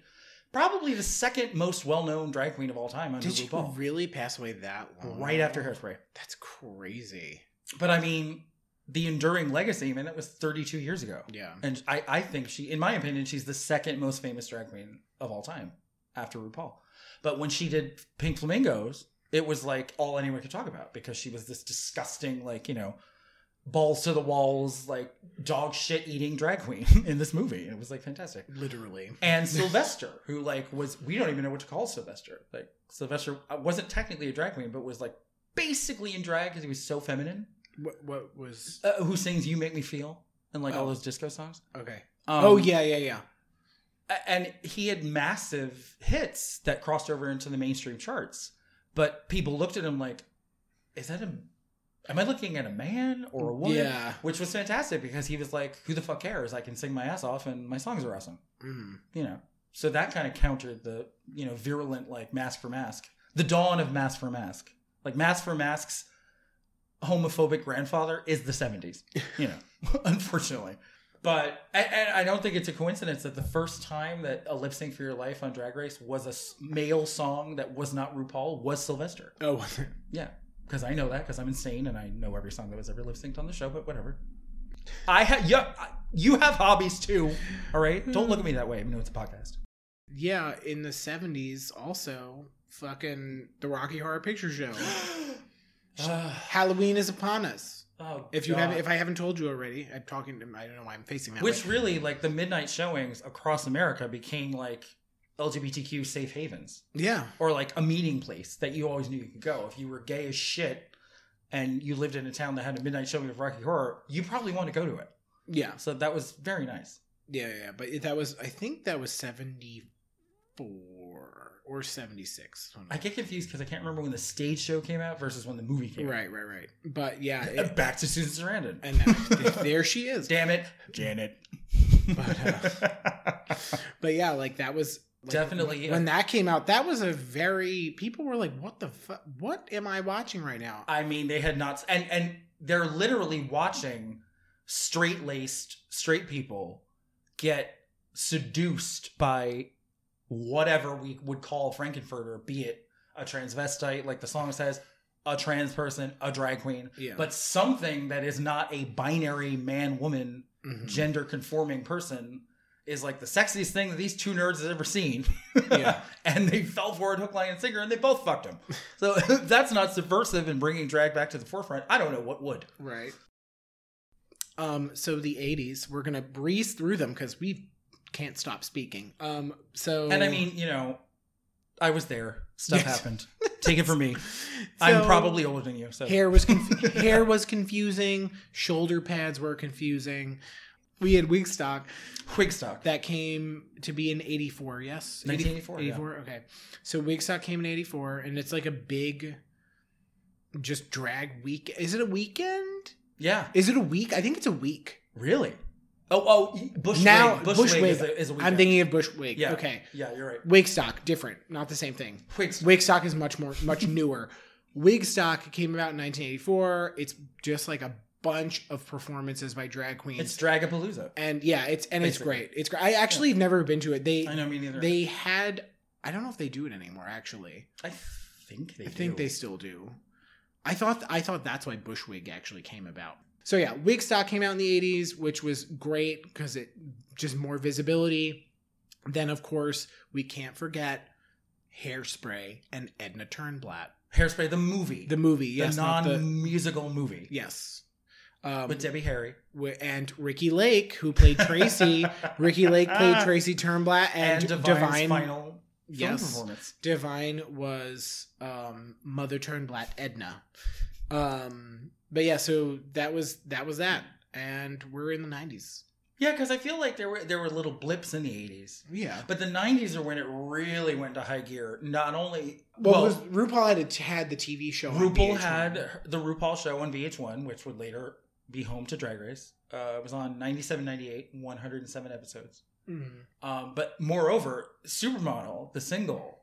Speaker 2: probably the second most well known drag queen of all time under
Speaker 1: Did she
Speaker 2: RuPaul,
Speaker 1: really pass away that long?
Speaker 2: right after Hairspray.
Speaker 1: That's crazy.
Speaker 2: But I mean, the enduring legacy, man, that was 32 years ago.
Speaker 1: Yeah.
Speaker 2: And I, I think she, in my opinion, she's the second most famous drag queen of all time after RuPaul. But when she did Pink Flamingos, it was like all anyone could talk about because she was this disgusting, like, you know, balls to the walls, like dog shit eating drag queen in this movie. And it was like fantastic.
Speaker 1: Literally.
Speaker 2: And Sylvester, who like was, we don't even know what to call Sylvester. Like, Sylvester uh, wasn't technically a drag queen, but was like basically in drag because he was so feminine.
Speaker 1: What? What was?
Speaker 2: Uh, who sings You Make Me Feel and like all
Speaker 1: Oh.
Speaker 2: those disco songs.
Speaker 1: Okay.
Speaker 2: Um,
Speaker 1: oh yeah, yeah, yeah.
Speaker 2: A- and he had massive hits that crossed over into the mainstream charts but people looked at him like is that a am i looking at a man or a woman
Speaker 1: Yeah.
Speaker 2: which was fantastic because he was like who the fuck cares i can sing my ass off and my songs are awesome
Speaker 1: Mm.
Speaker 2: you know so that kind of countered the you know virulent like mask for mask the dawn of mask for mask like mask for masks homophobic grandfather is the 70s you know unfortunately but and, and i don't think it's a coincidence that the first time that a lip sync for your life on drag race was a s- male song that was not rupaul was sylvester
Speaker 1: Oh.
Speaker 2: because i know that because i'm insane and i know every song that was ever lip synced on the show but whatever i have yeah, I- you have hobbies too all right don't look at me that way i know it's a podcast
Speaker 1: yeah, in the 70s also fucking the Rocky Horror Picture Show.
Speaker 2: Ah,
Speaker 1: Halloween is upon us.
Speaker 2: oh,
Speaker 1: If you haven't
Speaker 2: God.
Speaker 1: if I haven't told you already, I'm talking to I don't know why I'm facing that.
Speaker 2: which
Speaker 1: way.
Speaker 2: really like the midnight showings across America became like LGBTQ safe havens
Speaker 1: yeah.
Speaker 2: or like a meeting place that you always knew you could go if you were gay as shit and you lived in a town that had a midnight showing of Rocky Horror, you probably want to go to it.
Speaker 1: Yeah.
Speaker 2: So that was very nice.
Speaker 1: Yeah, yeah, but it- that was I think that was 74 or 76.
Speaker 2: I get confused because I can't remember when the stage show came out versus when the movie came out.
Speaker 1: Right, right, right. But yeah,
Speaker 2: Uh,
Speaker 1: it,
Speaker 2: Back to Susan Sarandon.
Speaker 1: and that, there she is.
Speaker 2: Damn it, Janet.
Speaker 1: But, uh, But yeah, like that was like,
Speaker 2: Definitely,
Speaker 1: when,
Speaker 2: yeah.
Speaker 1: when that came out. That was a very people were like, "What the fuck? What am I watching right now?"
Speaker 2: I mean, they had not, and and they're literally watching straight laced straight people get seduced by whatever we would call Frankenfurter, be it a transvestite, like the song says, a trans person, a drag queen,
Speaker 1: Yeah,
Speaker 2: but something that is not a binary man woman
Speaker 1: Mhm.
Speaker 2: gender conforming person is like the sexiest thing that these two nerds has ever seen.
Speaker 1: Yeah.
Speaker 2: and they fell for it hook, line, and sinker, and they both fucked him. So if that's not subversive and bringing drag back to the forefront. I don't know what would.
Speaker 1: right. Um, so the '80s, we're gonna breeze through them because we can't stop speaking. Um, so
Speaker 2: And I mean, you know, I was there. Stuff
Speaker 1: Yes.
Speaker 2: happened. Take it from me. I'm
Speaker 1: So-
Speaker 2: probably older than you. So
Speaker 1: hair was conf- hair was confusing, shoulder pads were confusing. We had Wigstock
Speaker 2: Wigstock.
Speaker 1: that came to be in 84 yes
Speaker 2: 1984, yeah.
Speaker 1: 84 okay so wigstock came in 84 and it's like a big just drag week is it a weekend
Speaker 2: yeah.
Speaker 1: is it a week i think it's a week
Speaker 2: Really? Oh, oh, Bushwig.
Speaker 1: Now-
Speaker 2: Bushwig, is
Speaker 1: Bushwig.
Speaker 2: a, is a
Speaker 1: i'm
Speaker 2: weekend.
Speaker 1: thinking of bush wig
Speaker 2: Yeah.
Speaker 1: okay
Speaker 2: Yeah, you're right.
Speaker 1: wigstock different not the same thing
Speaker 2: Wigstock.
Speaker 1: wigstock is much more much newer wigstock came about in 1984 it's just like a bunch of performances by drag queens
Speaker 2: It's Dragapalooza.
Speaker 1: and yeah it's and it's
Speaker 2: Basically.
Speaker 1: great it's great i actually have never been to it they
Speaker 2: I know me neither.
Speaker 1: They had. I don't know if they do it anymore. Actually,
Speaker 2: I think they
Speaker 1: I think
Speaker 2: do.
Speaker 1: they still do. I thought. I thought that's why Bushwig actually came about. So yeah, Wigstock came out in the '80s, which was great because it just more visibility. Then of course we can't forget Hairspray and Edna Turnblatt,
Speaker 2: Hairspray, the movie,
Speaker 1: the
Speaker 2: the,
Speaker 1: movie. Yes, not the-
Speaker 2: non-musical movie
Speaker 1: yes. Um,
Speaker 2: with Debbie Harry
Speaker 1: wi- and Ricky Lake, who played Tracy. Ricky Lake played Tracy Turnblatt
Speaker 2: Ah. and
Speaker 1: and,
Speaker 2: Divine's
Speaker 1: Divine.
Speaker 2: final film
Speaker 1: yes,
Speaker 2: performance.
Speaker 1: Divine was um, Mother Turnblatt Edna. Um, but yeah, so that was that was that, and we're in the nineties.
Speaker 2: Yeah, because I feel like there were there were little blips in the '80s,
Speaker 1: Yeah.
Speaker 2: but the '90s are when it really went to high gear. Not only
Speaker 1: Well,
Speaker 2: well,
Speaker 1: was, RuPaul had a, had the TV show. on
Speaker 2: RuPaul
Speaker 1: VH1.
Speaker 2: had the RuPaul show on VH1, which would later be home to Drag Race. Uh, it was on 97, 98, 107 episodes.
Speaker 1: Mhm.
Speaker 2: Um, but moreover, Supermodel, the single,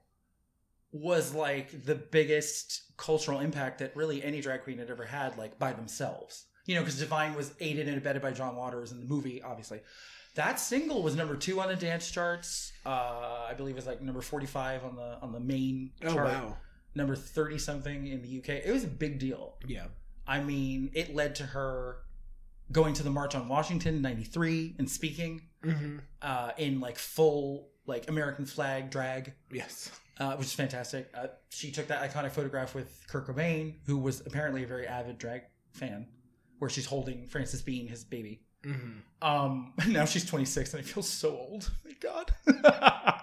Speaker 2: was like the biggest cultural impact that really any drag queen had ever had, like by themselves. You know, because Divine was aided and abetted by John Waters in the movie, obviously. That single was number two on the dance charts. Uh, I believe it was like number forty-five on the on the main
Speaker 1: Oh
Speaker 2: chart.
Speaker 1: wow.
Speaker 2: Number thirty something in the UK. It was a big deal.
Speaker 1: Yeah.
Speaker 2: I mean, it led to her going to the March on Washington in '93 and speaking
Speaker 1: hmm
Speaker 2: uh, in like full like American flag drag,
Speaker 1: Yes.
Speaker 2: uh, which is fantastic. Uh, she took that iconic photograph with Kurt Cobain, who was apparently a very avid drag fan, where she's holding Francis Bean, his baby.
Speaker 1: hmm
Speaker 2: Um, now she's 26 and I feel so old. Thank God.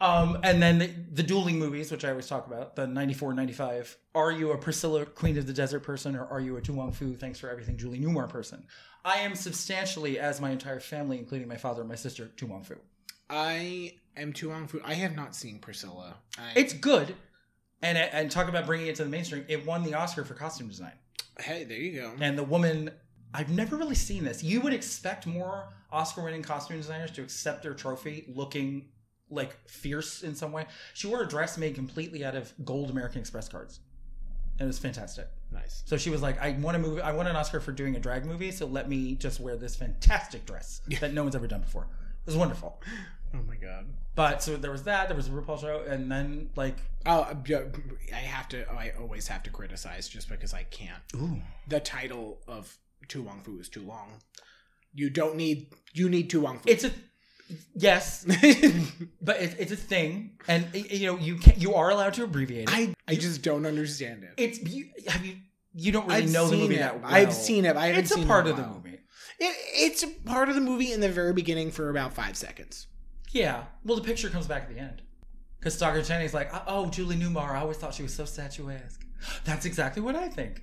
Speaker 2: um, and then the, the dueling movies, which I always talk about, the 94, 95. Are you a Priscilla, Queen of the Desert person, or are you a Tu Wong Fu, Thanks for Everything, Julie Newmar person? I am substantially, as my entire family, including my father and my sister, Tu Wong Fu.
Speaker 1: I am too long food. I have not seen Priscilla. I,
Speaker 2: It's good. And, and talk about bringing it to the mainstream. It won the Oscar for costume design.
Speaker 1: hey, there you go.
Speaker 2: And the woman, I've never really seen this. You would expect more Oscar winning costume designers to accept their trophy looking like fierce in some way. She wore a dress made completely out of gold American Express cards. And it was fantastic.
Speaker 1: Nice.
Speaker 2: So she was like, I want to move, I want an Oscar for doing a drag movie, so let me just wear this fantastic dress that no one's ever done before. It was wonderful.
Speaker 1: Oh my god.
Speaker 2: But so there was that, there was a RuPaul show, and then like,
Speaker 1: Oh, I have to. I always have to criticize just because I can't.
Speaker 2: ooh,
Speaker 1: the title of Tu Wong Fu is too long. You don't need you need Tu Wong Fu.
Speaker 2: it's a, Yes, but it, it's a thing, and y- you know you can, you are allowed to abbreviate it.
Speaker 1: I I just don't understand it.
Speaker 2: it's you, have you you don't really
Speaker 1: I've
Speaker 2: know the
Speaker 1: seen
Speaker 2: movie
Speaker 1: it.
Speaker 2: that well.
Speaker 1: I've seen it. but I haven't
Speaker 2: it's a
Speaker 1: seen it in
Speaker 2: part of the
Speaker 1: while.
Speaker 2: movie.
Speaker 1: It, it's a part of the movie in the very beginning for about five seconds.
Speaker 2: Yeah. Well, the picture comes back at the end because Stalker Cheney's like, "Oh, Julie Newmar. I always thought she was so statuesque." That's exactly what I think.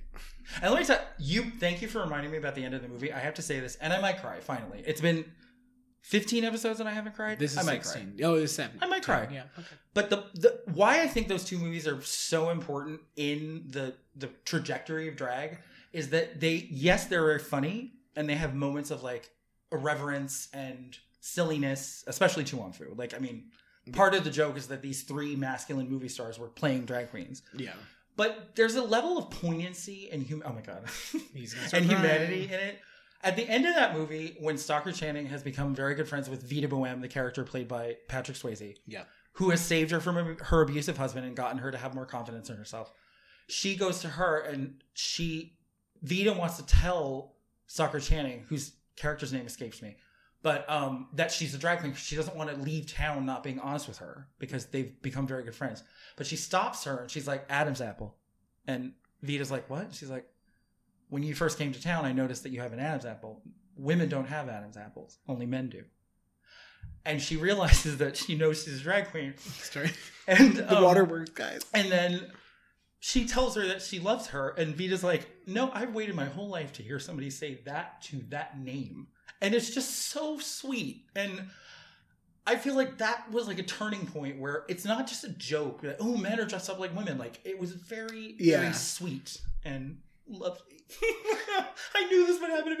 Speaker 2: And let me tell you. Thank you for reminding me about the end of the movie. I have to say this, and I might cry. Finally, it's been 15 episodes and I haven't cried.
Speaker 1: This is
Speaker 2: I might cry.
Speaker 1: sixteen. Oh, it's seven.
Speaker 2: I might cry.
Speaker 1: Yeah. Okay.
Speaker 2: But the, the why I think those two movies are so important in the the trajectory of drag is that they yes they're very funny and they have moments of like irreverence and silliness, especially Tuan Fu. Like I mean, part of the joke is that these three masculine movie stars were playing drag queens,
Speaker 1: Yeah.
Speaker 2: but there's a level of poignancy and hum- oh my god,
Speaker 1: He's gonna start
Speaker 2: and
Speaker 1: crying.
Speaker 2: humanity in it. At the end of that movie, when Stalker Channing has become very good friends with Vita Boehm, the character played by Patrick Swayze,
Speaker 1: Yeah.
Speaker 2: who has saved her from her abusive husband and gotten her to have more confidence in herself, she goes to her and she Vita wants to tell Stalker Channing, whose character's name escapes me, but um, that she's a drag queen. 'cause She doesn't want to leave town not being honest with her because they've become very good friends. But she stops her and she's like, "Adam's apple," and Vita's like, "What?" She's like, "When you first came to town, I noticed that you have an Adam's apple. Women don't have Adam's apples; only men do." And she realizes that she knows she's a drag queen,
Speaker 1: Sorry.
Speaker 2: and
Speaker 1: The
Speaker 2: um,
Speaker 1: waterworks guys.
Speaker 2: and then she tells her that she loves her, and Vita's like, "No, I've waited my whole life to hear somebody say that to that name," and it's just so sweet. And I feel like that was like a turning point where it's not just a joke that oh men are dressed up like women. Like it was very
Speaker 1: Yeah.
Speaker 2: very sweet and lovely. I knew this would happen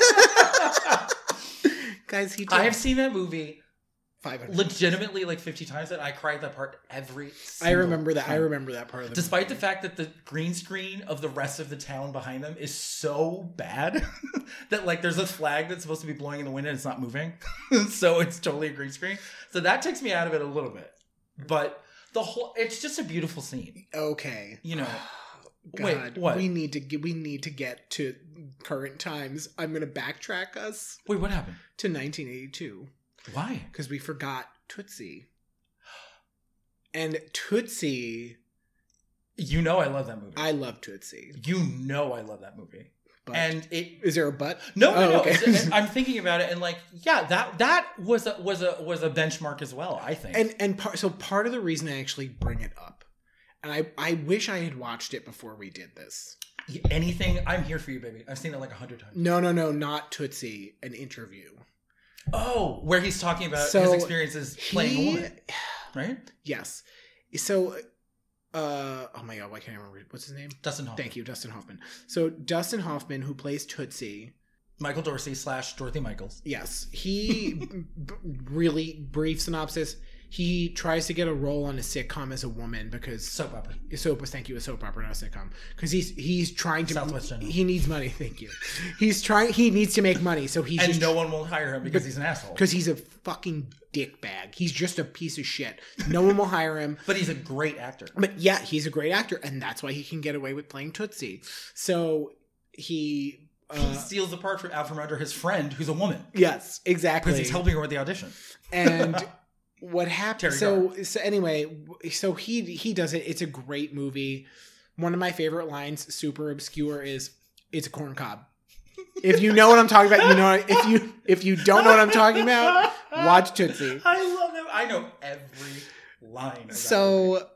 Speaker 2: eventually.
Speaker 1: guys, he.
Speaker 2: I have seen that movie
Speaker 1: five hundred.
Speaker 2: legitimately like fifty times, and I cried that part every.
Speaker 1: I
Speaker 2: single
Speaker 1: remember that. I
Speaker 2: time.
Speaker 1: remember that part of the.
Speaker 2: Despite the
Speaker 1: movie.
Speaker 2: fact that the green screen of the rest of the town behind them is so bad that like there's a flag that's supposed to be blowing in the wind and it's not moving. so it's totally a green screen. So that takes me out of it a little bit. But the whole it's just a beautiful scene.
Speaker 1: Okay.
Speaker 2: You know.
Speaker 1: God,
Speaker 2: Wait, what?
Speaker 1: We need to get. We need to get to current times. I'm gonna backtrack us
Speaker 2: Wait, what happened?
Speaker 1: to 1982
Speaker 2: Why?
Speaker 1: because we forgot Tootsie. And Tootsie,
Speaker 2: You know I love that movie.
Speaker 1: I love Tootsie.
Speaker 2: you know I love that movie.
Speaker 1: But
Speaker 2: and it
Speaker 1: is there a but?
Speaker 2: No,
Speaker 1: Oh,
Speaker 2: no, no.
Speaker 1: okay.
Speaker 2: It's- I'm thinking about it and like, yeah, that that was a was a was a benchmark as well, I think.
Speaker 1: And and part so part of the reason I actually bring it up, and I I wish I had watched it before we did this.
Speaker 2: anything, I'm here for you, baby. I've seen it like a hundred times.
Speaker 1: No, no, no, not Tootsie. An interview.
Speaker 2: Oh, where he's talking about
Speaker 1: So,
Speaker 2: his experiences playing a
Speaker 1: He-
Speaker 2: woman, right?
Speaker 1: Yes. So, uh, oh my god, why can't I remember what's his name?
Speaker 2: Dustin Hoffman.
Speaker 1: Thank you, Dustin Hoffman. So Dustin Hoffman, who plays Tootsie,
Speaker 2: Michael Dorsey slash Dorothy Michaels.
Speaker 1: yes, he b- really brief synopsis. He tries to get a role on a sitcom as a woman because
Speaker 2: Soap opera.
Speaker 1: a soap thank you a soap opera not a sitcom because he's he's trying to
Speaker 2: Southwest General.
Speaker 1: he needs money thank you he's trying he needs to make money so he's
Speaker 2: And
Speaker 1: just
Speaker 2: no one will hire him because he's an asshole.
Speaker 1: because he's a fucking dickbag he's just a piece of shit no one will hire him
Speaker 2: But he's a great actor.
Speaker 1: but yeah he's a great actor and that's why he can get away with playing tootsie so he
Speaker 2: he
Speaker 1: uh,
Speaker 2: steals the part from out from under his friend, who's a woman,
Speaker 1: yes exactly
Speaker 2: because he's helping her with the audition.
Speaker 1: and what happened
Speaker 2: Terry
Speaker 1: so so anyway w- so he he does it it's a great movie one of my favorite lines super obscure is it's a corn cob if you know what i'm talking about you know if you if you don't know what i'm talking about watch tootsie
Speaker 2: I love him. I know every line. of that movie.
Speaker 1: so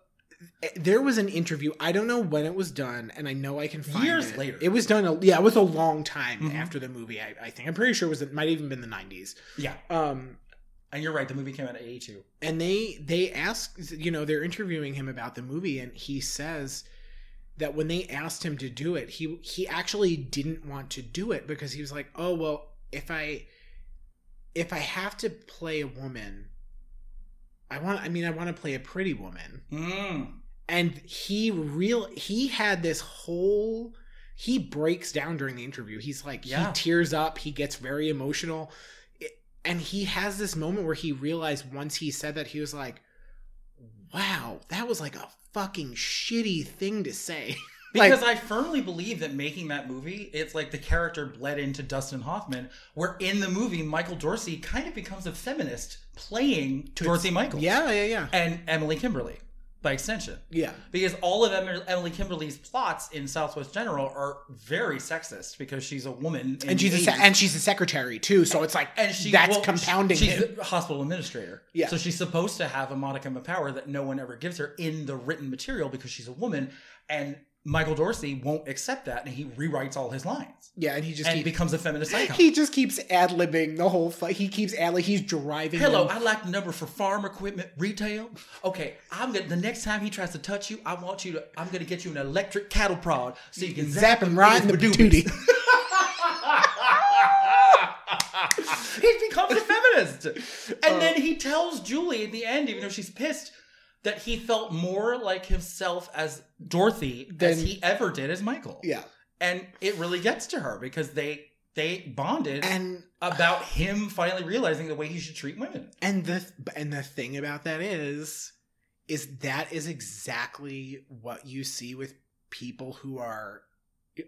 Speaker 1: eh, there was an interview i don't know when it was done and i know i can find
Speaker 2: Years
Speaker 1: it.
Speaker 2: later.
Speaker 1: it was done a, yeah it was a long time
Speaker 2: Mhm.
Speaker 1: after the movie I, I think i'm pretty sure it was it might even been the 90s
Speaker 2: yeah,
Speaker 1: um
Speaker 2: and you're right. The movie came out at 82.
Speaker 1: and they they ask you know they're interviewing him about the movie and he says that when they asked him to do it he he actually didn't want to do it because he was like oh well if i if i have to play a woman i want i mean i want to play a pretty woman
Speaker 2: Mm.
Speaker 1: and he real he had this whole he breaks down during the interview he's like
Speaker 2: Yeah.
Speaker 1: he tears up he gets very emotional It- and he has this moment where he realized once he said that he was like wow that was like a fucking shitty thing to say Like-
Speaker 2: Because I firmly believe that making that movie, it's like the character bled into Dustin Hoffman, where in the movie, Michael Dorsey kind of becomes a feminist playing
Speaker 1: To
Speaker 2: Dorsey Michaels.
Speaker 1: Yeah, yeah, yeah.
Speaker 2: And Emily Kimberly, by extension.
Speaker 1: Yeah.
Speaker 2: Because all of Em- Emily Kimberly's plots in Southwest General are very sexist because she's a woman. in
Speaker 1: And she's a
Speaker 2: the
Speaker 1: se-
Speaker 2: 80s.
Speaker 1: and she's a secretary too, so it's like
Speaker 2: and she
Speaker 1: that's
Speaker 2: well,
Speaker 1: compounding
Speaker 2: She's
Speaker 1: it.
Speaker 2: a hospital administrator.
Speaker 1: Yeah.
Speaker 2: So she's supposed to have a modicum of power that no one ever gives her in the written material because she's a woman, and Michael Dorsey won't accept that, and he rewrites all his lines
Speaker 1: Yeah, and he just
Speaker 2: and
Speaker 1: keeps
Speaker 2: becomes a feminist icon.
Speaker 1: he just keeps ad libbing the whole. Fi- he keeps ad lib. He's driving.
Speaker 2: Hello,
Speaker 1: them.
Speaker 2: I like the number for farm equipment retail. Okay, I'm gonna the next time he tries to touch you, I want you to I'm gonna get you an electric cattle prod so you can
Speaker 1: zap him right in the patootie.
Speaker 2: he becomes a feminist.
Speaker 1: Oh.
Speaker 2: And then he tells Julie in the end, even though she's pissed, that he felt more like himself as Dorothy
Speaker 1: Then-
Speaker 2: as he ever did as Michael.
Speaker 1: Yeah,
Speaker 2: And it really gets to her because they they bonded
Speaker 1: and
Speaker 2: about him finally realizing the way he should treat women.
Speaker 1: and the and the thing about that is, is that is exactly what you see with people who are.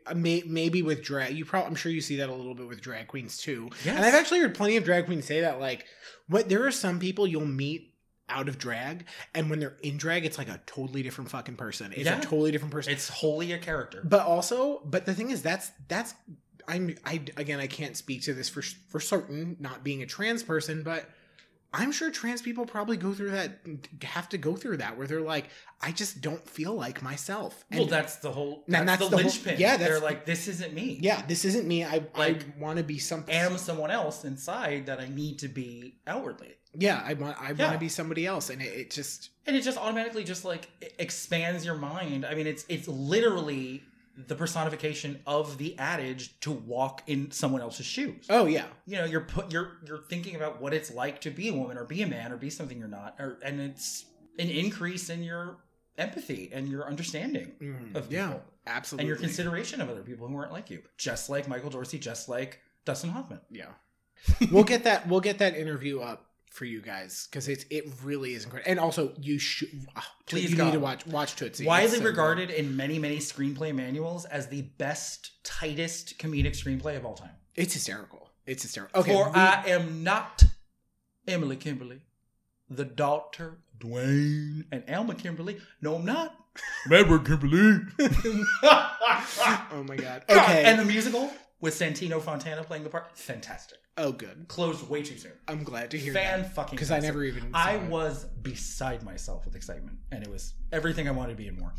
Speaker 1: uh, May, maybe with drag, you probably I'm sure you see that a little bit with drag queens too.
Speaker 2: Yes.
Speaker 1: And I've actually heard plenty of drag queens say that, like, what there are some people you'll meet out of drag, and when they're in drag, it's like a totally different fucking person. It's
Speaker 2: Yeah.
Speaker 1: a totally different person.
Speaker 2: it's wholly a character.
Speaker 1: but also, but the thing is, that's that's I'm I again I can't speak to this for for certain, not being a trans person, but I'm sure trans people probably go through that, have to go through that, where they're like, I just don't feel like myself.
Speaker 2: well, that's the whole
Speaker 1: And
Speaker 2: that's,
Speaker 1: that's
Speaker 2: the,
Speaker 1: the whole-
Speaker 2: linchpin.
Speaker 1: yeah, that's-
Speaker 2: They're like, this isn't me.
Speaker 1: yeah, this isn't me. I
Speaker 2: Like,
Speaker 1: I want to be something.
Speaker 2: am someone else inside that I need to be outwardly.
Speaker 1: yeah, I want I want
Speaker 2: Yeah.
Speaker 1: to be somebody else, and it, it just
Speaker 2: And it just automatically just like e- expands your mind. I mean, it's it's literally the personification of the adage to walk in someone else's shoes.
Speaker 1: oh yeah.
Speaker 2: You know, you're put you're you're thinking about what it's like to be a woman or be a man or be something you're not, or, and it's an increase in your empathy and your understanding
Speaker 1: Mhm.
Speaker 2: of people
Speaker 1: yeah, absolutely.
Speaker 2: and your consideration of other people who aren't like you, just like Michael Dorsey, just like Dustin Hoffman.
Speaker 1: yeah. we'll get that. We'll get that interview up for you guys because it's it really is incredible. And also, you should ah, Toot-
Speaker 2: Please
Speaker 1: you
Speaker 2: God.
Speaker 1: need to watch watch Tootsie.
Speaker 2: widely
Speaker 1: It's so
Speaker 2: regarded in many many screenplay manuals as the best tightest comedic screenplay of all time
Speaker 1: good. It's hysterical. It's hysterical. Okay,
Speaker 2: for uh,
Speaker 1: we-
Speaker 2: i am not emily kimberly the daughter dwayne and alma kimberly no i'm not edward kimberly
Speaker 1: oh my god. Okay.
Speaker 2: okay and the musical with santino fontana playing the part fantastic
Speaker 1: oh, good.
Speaker 2: closed way too soon
Speaker 1: I'm glad to hear
Speaker 2: fan
Speaker 1: that
Speaker 2: fucking
Speaker 1: because I never even. saw
Speaker 2: i
Speaker 1: it.
Speaker 2: was beside myself with excitement and it was everything i wanted to be and more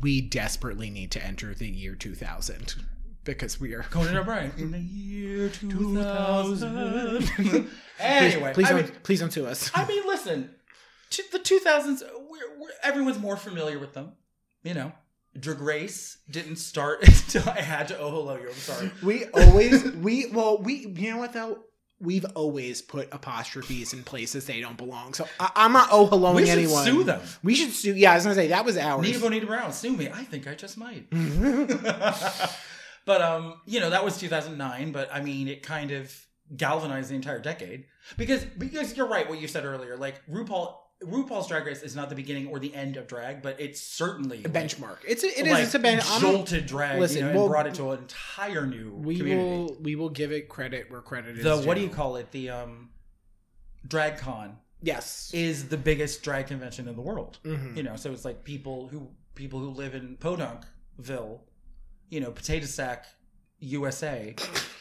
Speaker 1: We desperately need to enter the year 2000 because we are.
Speaker 2: Conan O'Brien in the year
Speaker 1: 2000.
Speaker 2: 2000. anyway,
Speaker 1: please, please
Speaker 2: I,
Speaker 1: don't
Speaker 2: mean,
Speaker 1: please don't sue us.
Speaker 2: I mean, listen, to the 2000s, we're, we're, everyone's more familiar with them. You know, Drag Race didn't start until I had to Oh Hello You. I'm sorry.
Speaker 1: We always we well we you know what though we've always put apostrophes in places they don't belong. So I, I'm not oh helloing
Speaker 2: we should
Speaker 1: anyone.
Speaker 2: sue them.
Speaker 1: We should sue. Yeah, I was gonna say that was ours.
Speaker 2: Nita Bonita Brown, sue me. I think I just might. but um, you know, that was 2009. But I mean, it kind of galvanized the entire decade because because you're right. What you said earlier, like RuPaul, RuPaul's Drag Race is not the beginning or the end of drag, but it's certainly
Speaker 1: a benchmark. It's a, it is
Speaker 2: like,
Speaker 1: it's a ben- I'm,
Speaker 2: jolted drag.
Speaker 1: Listen,
Speaker 2: you know,
Speaker 1: well,
Speaker 2: and brought it to an entire new
Speaker 1: we
Speaker 2: community.
Speaker 1: will we will give it credit where credit is.
Speaker 2: The what do
Speaker 1: due.
Speaker 2: you call it? The um, drag con
Speaker 1: Yes.
Speaker 2: is the biggest drag convention in the world.
Speaker 1: Mhm.
Speaker 2: you know so it's like people who people who live in podunkville you know potato sack usa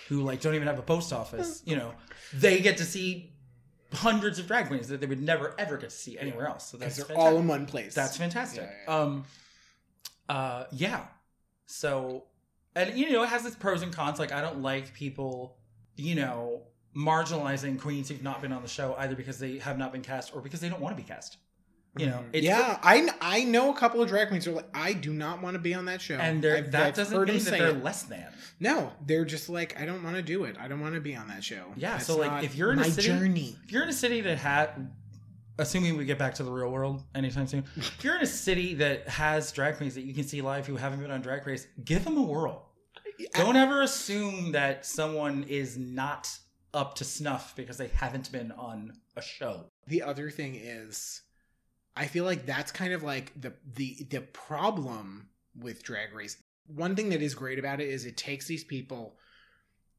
Speaker 2: who like don't even have a post office you know they get to see hundreds of drag queens that they would never ever get to see anywhere else so
Speaker 1: Because
Speaker 2: that's
Speaker 1: they're
Speaker 2: fantastic.
Speaker 1: all in one place.
Speaker 2: that's fantastic
Speaker 1: Yeah, yeah.
Speaker 2: um uh yeah so and you know it has its pros and cons like i don't like people you know marginalizing queens who've not been on the show either because they have not been cast or because they don't want to be cast you know it's-
Speaker 1: Mm-hmm. yeah, I kn- I know a couple of drag queens who are like I do not want to be on that show,
Speaker 2: and they're,
Speaker 1: I've-
Speaker 2: that
Speaker 1: I've
Speaker 2: doesn't
Speaker 1: heard 'em
Speaker 2: mean that
Speaker 1: say
Speaker 2: they're
Speaker 1: it.
Speaker 2: less than.
Speaker 1: No, they're just like I don't want to do it. I don't want to be on that show.
Speaker 2: Yeah,
Speaker 1: That's
Speaker 2: so, like,
Speaker 1: not
Speaker 2: if you're in a
Speaker 1: my
Speaker 2: city-
Speaker 1: journey,
Speaker 2: If you're in a city that had, assuming we get back to the real world anytime soon, if you're in a city that has drag queens that you can see live who haven't been on Drag Race, give them a whirl. Don't ever assume that someone is not up to snuff because they haven't been on a show.
Speaker 1: the other thing is i feel like that's kind of like the the the problem with Drag Race. One thing that is great about it is it takes these people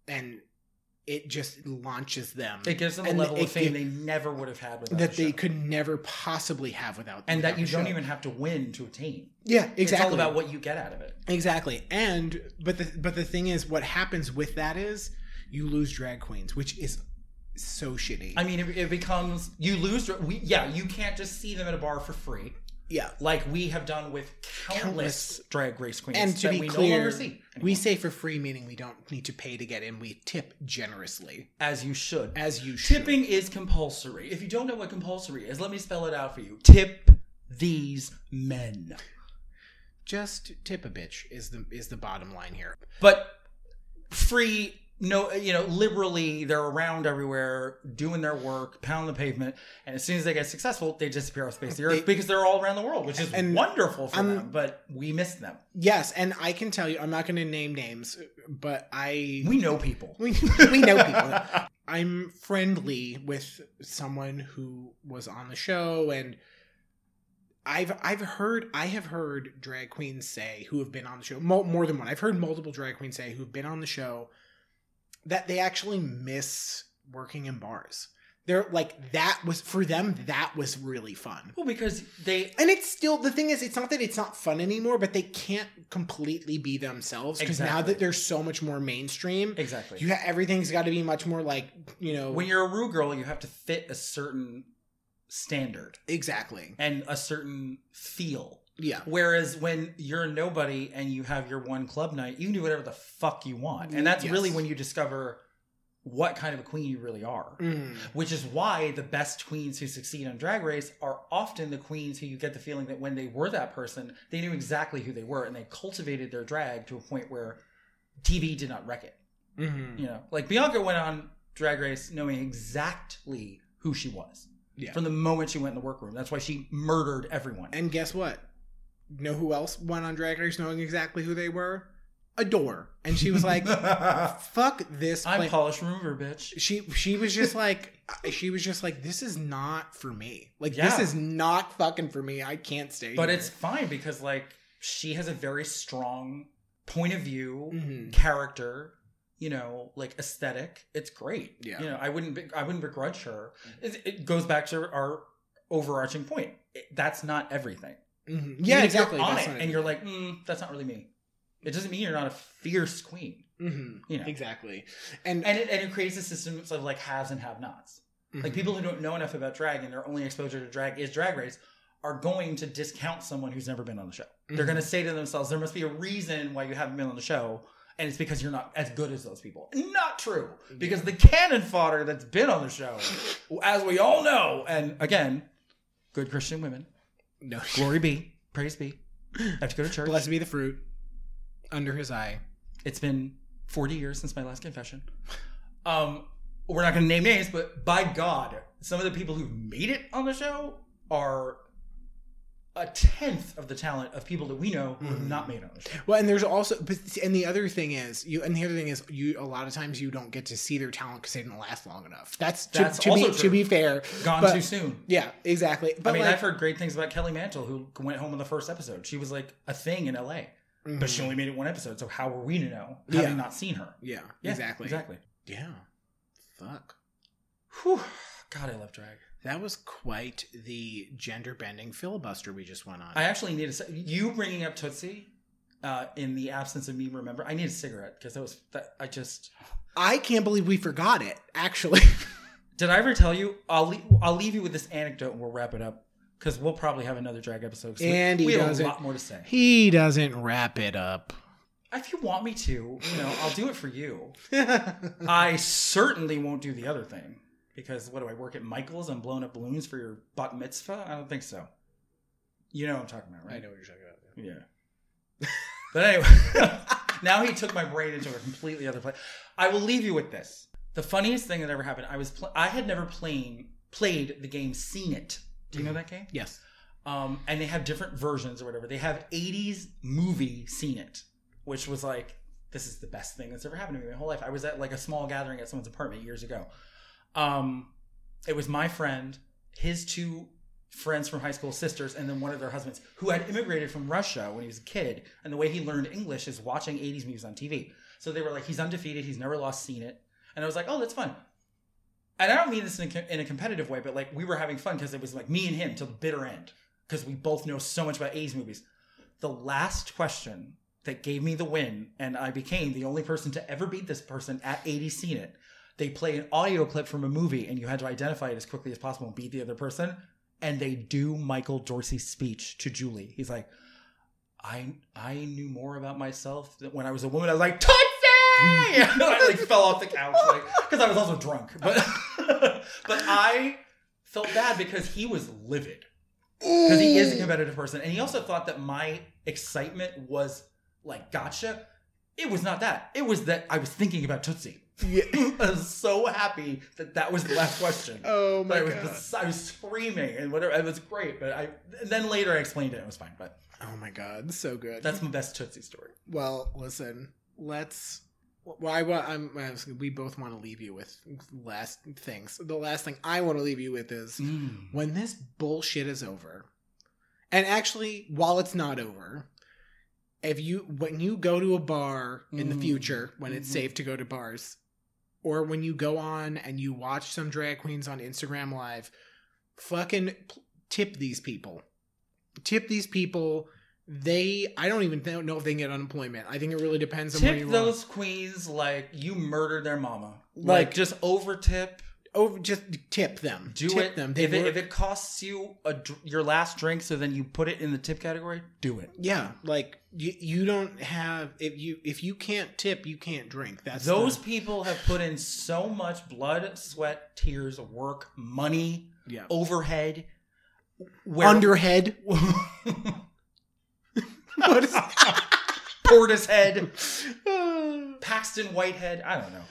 Speaker 1: and it just launches them
Speaker 2: It gives them a
Speaker 1: And
Speaker 2: level
Speaker 1: it
Speaker 2: of fame
Speaker 1: gi-
Speaker 2: they never would have had without
Speaker 1: that
Speaker 2: the
Speaker 1: they
Speaker 2: show.
Speaker 1: could never possibly have without
Speaker 2: and that
Speaker 1: without
Speaker 2: you
Speaker 1: the
Speaker 2: don't
Speaker 1: show.
Speaker 2: even have to win to attain.
Speaker 1: yeah exactly
Speaker 2: It's all about what you get out of it.
Speaker 1: Exactly. And but the but the thing is what happens with that is you lose drag queens, which is so shitty.
Speaker 2: I mean, it, it becomes you lose. We, yeah, you can't just see them at a bar for free,
Speaker 1: yeah.
Speaker 2: like we have done with countless,
Speaker 1: Countless.
Speaker 2: drag race queens.
Speaker 1: And to
Speaker 2: that
Speaker 1: be
Speaker 2: we no
Speaker 1: clear,
Speaker 2: longer see
Speaker 1: We
Speaker 2: anymore.
Speaker 1: say for free meaning we don't need to pay to get in. We tip generously
Speaker 2: as you should.
Speaker 1: as you should.
Speaker 2: Tipping is compulsory. If you don't know what compulsory is, let me spell it out for you. Tip these men.
Speaker 1: Just tip a bitch is the is the bottom line here.
Speaker 2: But free, no, you know, liberally, they're around everywhere, doing their work, pound the pavement, and as soon as they get successful, they disappear off the face of the earth
Speaker 1: They-
Speaker 2: because they're all around the world, which is
Speaker 1: And-
Speaker 2: wonderful for
Speaker 1: um,
Speaker 2: them. But we miss them.
Speaker 1: Yes, and I can tell you I'm not going to name names, but I
Speaker 2: We know people.
Speaker 1: we, we know people. I'm friendly with someone who was on the show and I've I've heard I have heard drag queens say who have been on the show mo- more than one. I've heard multiple drag queens say who've been on the show that they actually miss working in bars. They're like that was for them that was really fun.
Speaker 2: Well, because they
Speaker 1: And it's still the thing is it's not that it's not fun anymore, but they can't completely be themselves because now
Speaker 2: Exactly.
Speaker 1: that they're so much more mainstream,
Speaker 2: exactly.
Speaker 1: you ha- everything's got to be much more like you know
Speaker 2: when you're a Rue girl, you have to fit a certain standard
Speaker 1: exactly
Speaker 2: and a certain feel.
Speaker 1: yeah
Speaker 2: Whereas when you're nobody and you have your one club night, you can do whatever the fuck you want. And that's
Speaker 1: Yes.
Speaker 2: really when you discover what kind of a queen you really are.
Speaker 1: Mm.
Speaker 2: Which is why the best queens who succeed on Drag Race are often the queens who you get the feeling that when they were that person, they knew exactly who they were and they cultivated their drag to a point where TV did not wreck it.
Speaker 1: Mhm.
Speaker 2: You know, like Bianca went on Drag Race knowing exactly who she was
Speaker 1: yeah
Speaker 2: from the moment she went in the workroom. That's why she murdered everyone.
Speaker 1: and guess what know who else went on drag race knowing exactly who they were adore and she was like fuck this
Speaker 2: I'm
Speaker 1: plan-
Speaker 2: polish remover, bitch.
Speaker 1: she she was just like she was just like this is not for me like this
Speaker 2: Yeah.
Speaker 1: is not fucking for me i can't stay
Speaker 2: But
Speaker 1: here.
Speaker 2: it's fine because like she has a very strong point of view,
Speaker 1: Mhm.
Speaker 2: character, you know, like aesthetic. It's great.
Speaker 1: Yeah. Mm.
Speaker 2: You know, I wouldn't be- I wouldn't begrudge her. It, it goes back to our overarching point. It- that's not everything.
Speaker 1: Mhm.
Speaker 2: Even
Speaker 1: yeah
Speaker 2: if you're
Speaker 1: exactly
Speaker 2: on
Speaker 1: That's
Speaker 2: it
Speaker 1: not
Speaker 2: and you're like, mm, that's not really me. It doesn't mean you're not a fierce queen.
Speaker 1: Mhm.
Speaker 2: You know.
Speaker 1: exactly and,
Speaker 2: And it, and it creates a system of like haves and have nots. Like
Speaker 1: Mhm.
Speaker 2: people who don't know enough about drag and their only exposure to drag is drag race are going to discount someone who's never been on the show. They're
Speaker 1: Mhm.
Speaker 2: going to say to themselves, there must be a reason why you haven't been on the show. And it's because you're not as good as those people. Not true. Because the cannon fodder that's been on the show, as we all know, and again, good Christian women,
Speaker 1: no
Speaker 2: glory be, praise be. I have to go to church.
Speaker 1: blessed be the fruit under his eye
Speaker 2: It's been 40 years since my last confession. Um, we're not going to name names, but by God, some of the people who made it on the show are a tenth of the talent of people that we know who have
Speaker 1: Mhm.
Speaker 2: not made it on the show.
Speaker 1: Well, and there's also, but and the other thing is you, and the other thing is you. A lot of times you don't get to see their talent because they didn't last long enough. That's to,
Speaker 2: That's
Speaker 1: to
Speaker 2: also
Speaker 1: be
Speaker 2: true.
Speaker 1: to be fair.
Speaker 2: Gone
Speaker 1: But-
Speaker 2: too soon.
Speaker 1: Yeah, exactly. But
Speaker 2: I mean,
Speaker 1: like,
Speaker 2: I've heard great things about Kelly Mantle, who went home on the first episode. She was like a thing in LA,
Speaker 1: mhm.
Speaker 2: but she only made it one episode. So how were we to know, having
Speaker 1: Yeah.
Speaker 2: not seen her?
Speaker 1: yeah,
Speaker 2: Yeah,
Speaker 1: exactly,
Speaker 2: Exactly.
Speaker 1: Yeah, fuck.
Speaker 2: Whew. God, I love drag.
Speaker 1: That was quite the gender bending filibuster we just went on.
Speaker 2: I actually need a. ci- You bringing up Tootsie, uh, in the absence of me, remember? I need a cigarette because that was that. I just
Speaker 1: I can't believe we forgot it. Actually,
Speaker 2: did. I ever tell you? I'll leave. I'll leave you with this anecdote, and we'll wrap it up because we'll probably have another drag episode. 'cause we-
Speaker 1: And
Speaker 2: we,
Speaker 1: he
Speaker 2: have
Speaker 1: does
Speaker 2: a
Speaker 1: it.
Speaker 2: lot more to say.
Speaker 1: he doesn't wrap it up.
Speaker 2: If you want me to, you know, I'll do it for you.
Speaker 1: yeah,
Speaker 2: I certainly won't do the other thing because what do I work at Michael's and blowing up balloons for your bat mitzvah? I don't think so. You know what I'm talking about, right?
Speaker 1: I know what you're talking about.
Speaker 2: Yeah. but anyway, now he took my brain into a completely other place. I will leave you with this. The funniest thing that ever happened, I was pl- I had never playing played the game Seen It. Do you know that game?
Speaker 1: Yes.
Speaker 2: Um, and they have different versions or whatever. They have 80s movie Seen It, which was like this is the best thing that's ever happened to me my whole life. I was at like a small gathering at someone's apartment years ago. Um, it was my friend, his two friends from high school, sisters, and then one of their husbands who had immigrated from Russia when he was a kid. And the way he learned English is watching 80s movies on TV. So they were like, he's undefeated. He's never lost, seen it. And I was like, oh, that's fun. And I don't mean this in a, co- in a competitive way, but like we were having fun because it was like me and him till the bitter end because we both know so much about 80s movies. The last question that gave me the win, and I became the only person to ever beat this person at 80 Seen It. They play an audio clip from a movie, and you had to identify it as quickly as possible and beat the other person. And they do Michael Dorsey's speech to Julie. He's like, I I knew more about myself than when I was a woman. I was like, Tootsie! and I like fell off the couch, like, because I was also drunk. But, but I felt bad because he was livid because he is a competitive person, and he also thought that my excitement was like gotcha. It was not that. It was that I was thinking about Tootsie.
Speaker 1: Yeah.
Speaker 2: I was so happy that that was the last question.
Speaker 1: Oh
Speaker 2: But I
Speaker 1: my
Speaker 2: was
Speaker 1: god.
Speaker 2: bes- I was screaming and whatever. It was great, but I and then later I explained it. and It was fine, but
Speaker 1: Oh my god, so good.
Speaker 2: that's my best Tootsie story.
Speaker 1: well, listen, let's. Well, I, wa- I'm, I was- we both want to leave you with last things. The last thing I want to leave you with is when this bullshit is over, and actually, while it's not over, if you when you go to a bar in the
Speaker 2: Mm.
Speaker 1: future when it's
Speaker 2: Mhm.
Speaker 1: safe to go to bars, or when you go on and you watch some drag queens on Instagram Live, fucking p- tip these people. Tip these people. They, I don't even th- know if they can get unemployment. I think it really depends on where
Speaker 2: Tip
Speaker 1: you are.
Speaker 2: those queens like you murdered their mama. Like,
Speaker 1: Like-
Speaker 2: just over tip.
Speaker 1: Over, just tip them.
Speaker 2: Do
Speaker 1: tip
Speaker 2: it.
Speaker 1: them. They
Speaker 2: If, it
Speaker 1: work-
Speaker 2: if it costs you a dr- your last drink, so then you put it in the tip category. Do it.
Speaker 1: Yeah, like you, you don't have if you if you can't tip, you can't drink. That's
Speaker 2: Those
Speaker 1: the-
Speaker 2: people have put in so much blood, sweat, tears, work, money,
Speaker 1: yeah
Speaker 2: overhead. Where,
Speaker 1: underhead. What is?
Speaker 2: Portishead, Paxton Whitehead. I don't know.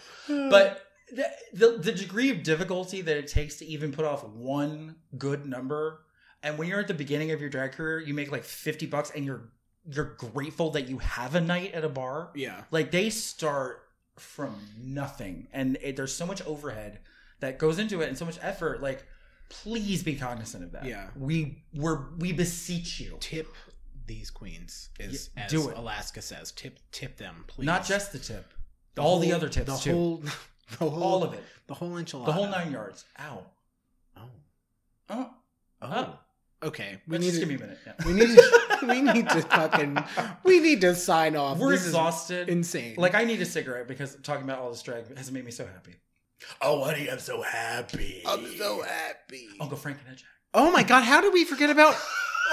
Speaker 2: but the, the the degree of difficulty that it takes to even put off one good number and when you're at the beginning of your drag career you make like 50 bucks and you're you're grateful that you have a night at a bar
Speaker 1: yeah,
Speaker 2: like they start from nothing and it, there's so much overhead that goes into it and so much effort like please be cognizant of that
Speaker 1: Yeah.
Speaker 2: we we're we beseech you
Speaker 1: tip these queens is
Speaker 2: Yeah,
Speaker 1: as
Speaker 2: do it.
Speaker 1: Alaska says. Tip tip them, please.
Speaker 2: not just the tip all the
Speaker 1: whole-
Speaker 2: other tips
Speaker 1: the
Speaker 2: too
Speaker 1: whole the whole
Speaker 2: all of it
Speaker 1: the whole enchilada,
Speaker 2: the whole nine yards ow
Speaker 1: Oh,
Speaker 2: oh
Speaker 1: oh,
Speaker 2: Oh.
Speaker 1: okay. We
Speaker 2: Let's
Speaker 1: need
Speaker 2: just
Speaker 1: to,
Speaker 2: give me a minute. Yeah.
Speaker 1: we need to, we need to fucking we need to sign off.
Speaker 2: We're
Speaker 1: this
Speaker 2: exhausted.
Speaker 1: is insane.
Speaker 2: like I need a cigarette because talking about all this drag has made me so happy. Oh, honey, I'm so happy.
Speaker 1: I'm so happy.
Speaker 2: Uncle Frank and Jack.
Speaker 1: Oh my god, how did we forget about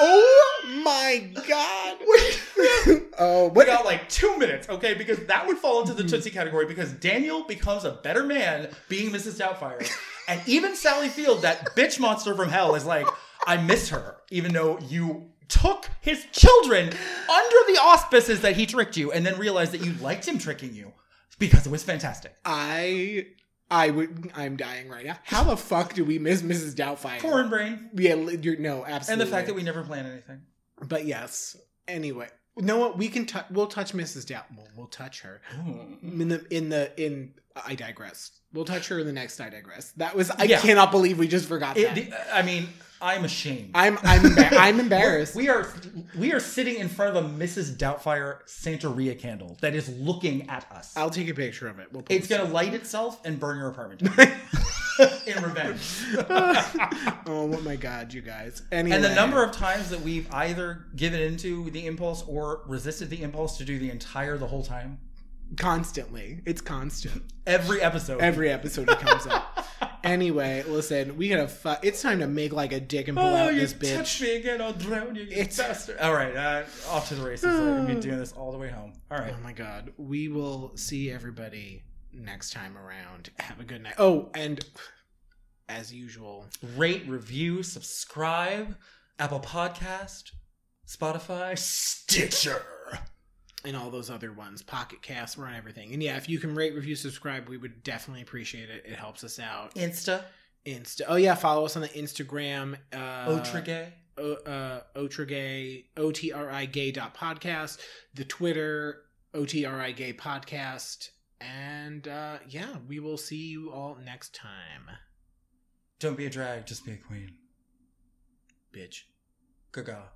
Speaker 1: Oh my god. oh,
Speaker 2: We
Speaker 1: what
Speaker 2: got like two minutes, okay? Because that would fall into the Tootsie category because Daniel becomes a better man being Mrs. Doubtfire. and even Sally Field, that bitch monster from hell, is like, I miss her, even though you took his children under the auspices that he tricked you and then realized that you liked him tricking you because it was fantastic.
Speaker 1: I I would I'm dying right now. How the fuck do we miss Mrs. Doubtfire?
Speaker 2: Foreign brain.
Speaker 1: yeah, li- you're, no, absolutely.
Speaker 2: And the fact that we never plan anything.
Speaker 1: But yes. Anyway, you know what? We can touch. We'll touch Mrs. Doubt. We'll, we'll touch her in the in the in. I digress. We'll touch her in the next. I digress. That was. I
Speaker 2: Yeah.
Speaker 1: cannot believe we just forgot
Speaker 2: It-
Speaker 1: that.
Speaker 2: the- I mean, I'm ashamed.
Speaker 1: I'm I'm embar- I'm embarrassed.
Speaker 2: We are we are sitting in front of a Mrs. Doubtfire Santeria candle that is looking at us.
Speaker 1: I'll take a picture of it. We'll
Speaker 2: it's
Speaker 1: post it.
Speaker 2: gonna light itself and burn your apartment down in revenge.
Speaker 1: oh my god, you guys. Anyway.
Speaker 2: And the number of times that we've either given into the impulse or resisted the impulse to do the entire the whole time.
Speaker 1: constantly. It's constant.
Speaker 2: Every episode.
Speaker 1: Every episode it comes up. Anyway, listen, we gotta fu- it's time to make like a dick and pull
Speaker 2: Oh,
Speaker 1: out
Speaker 2: you
Speaker 1: this bitch.
Speaker 2: touch me again, I'll drown you, you
Speaker 1: It's-
Speaker 2: bastard. All right, uh, off to the races. I'm gonna be doing this all the way home. All right.
Speaker 1: Oh my god. We will see everybody next time around. Have a good night. Oh, and as usual,
Speaker 2: rate, review, subscribe, Apple Podcast, Spotify, Stitcher.
Speaker 1: and all those other ones, Pocket Casts, we're on everything. And yeah, if you can rate, review, subscribe, we would definitely appreciate it. It helps us out.
Speaker 2: Insta,
Speaker 1: Insta. Oh yeah, follow us on the Instagram. Uh,
Speaker 2: Otrigay.
Speaker 1: O- uh, otrigay otri gay dot podcast the twitter otri gay podcast and uh yeah we will see you all next time
Speaker 2: Don't be a drag, just be a queen. bitch. Gaga.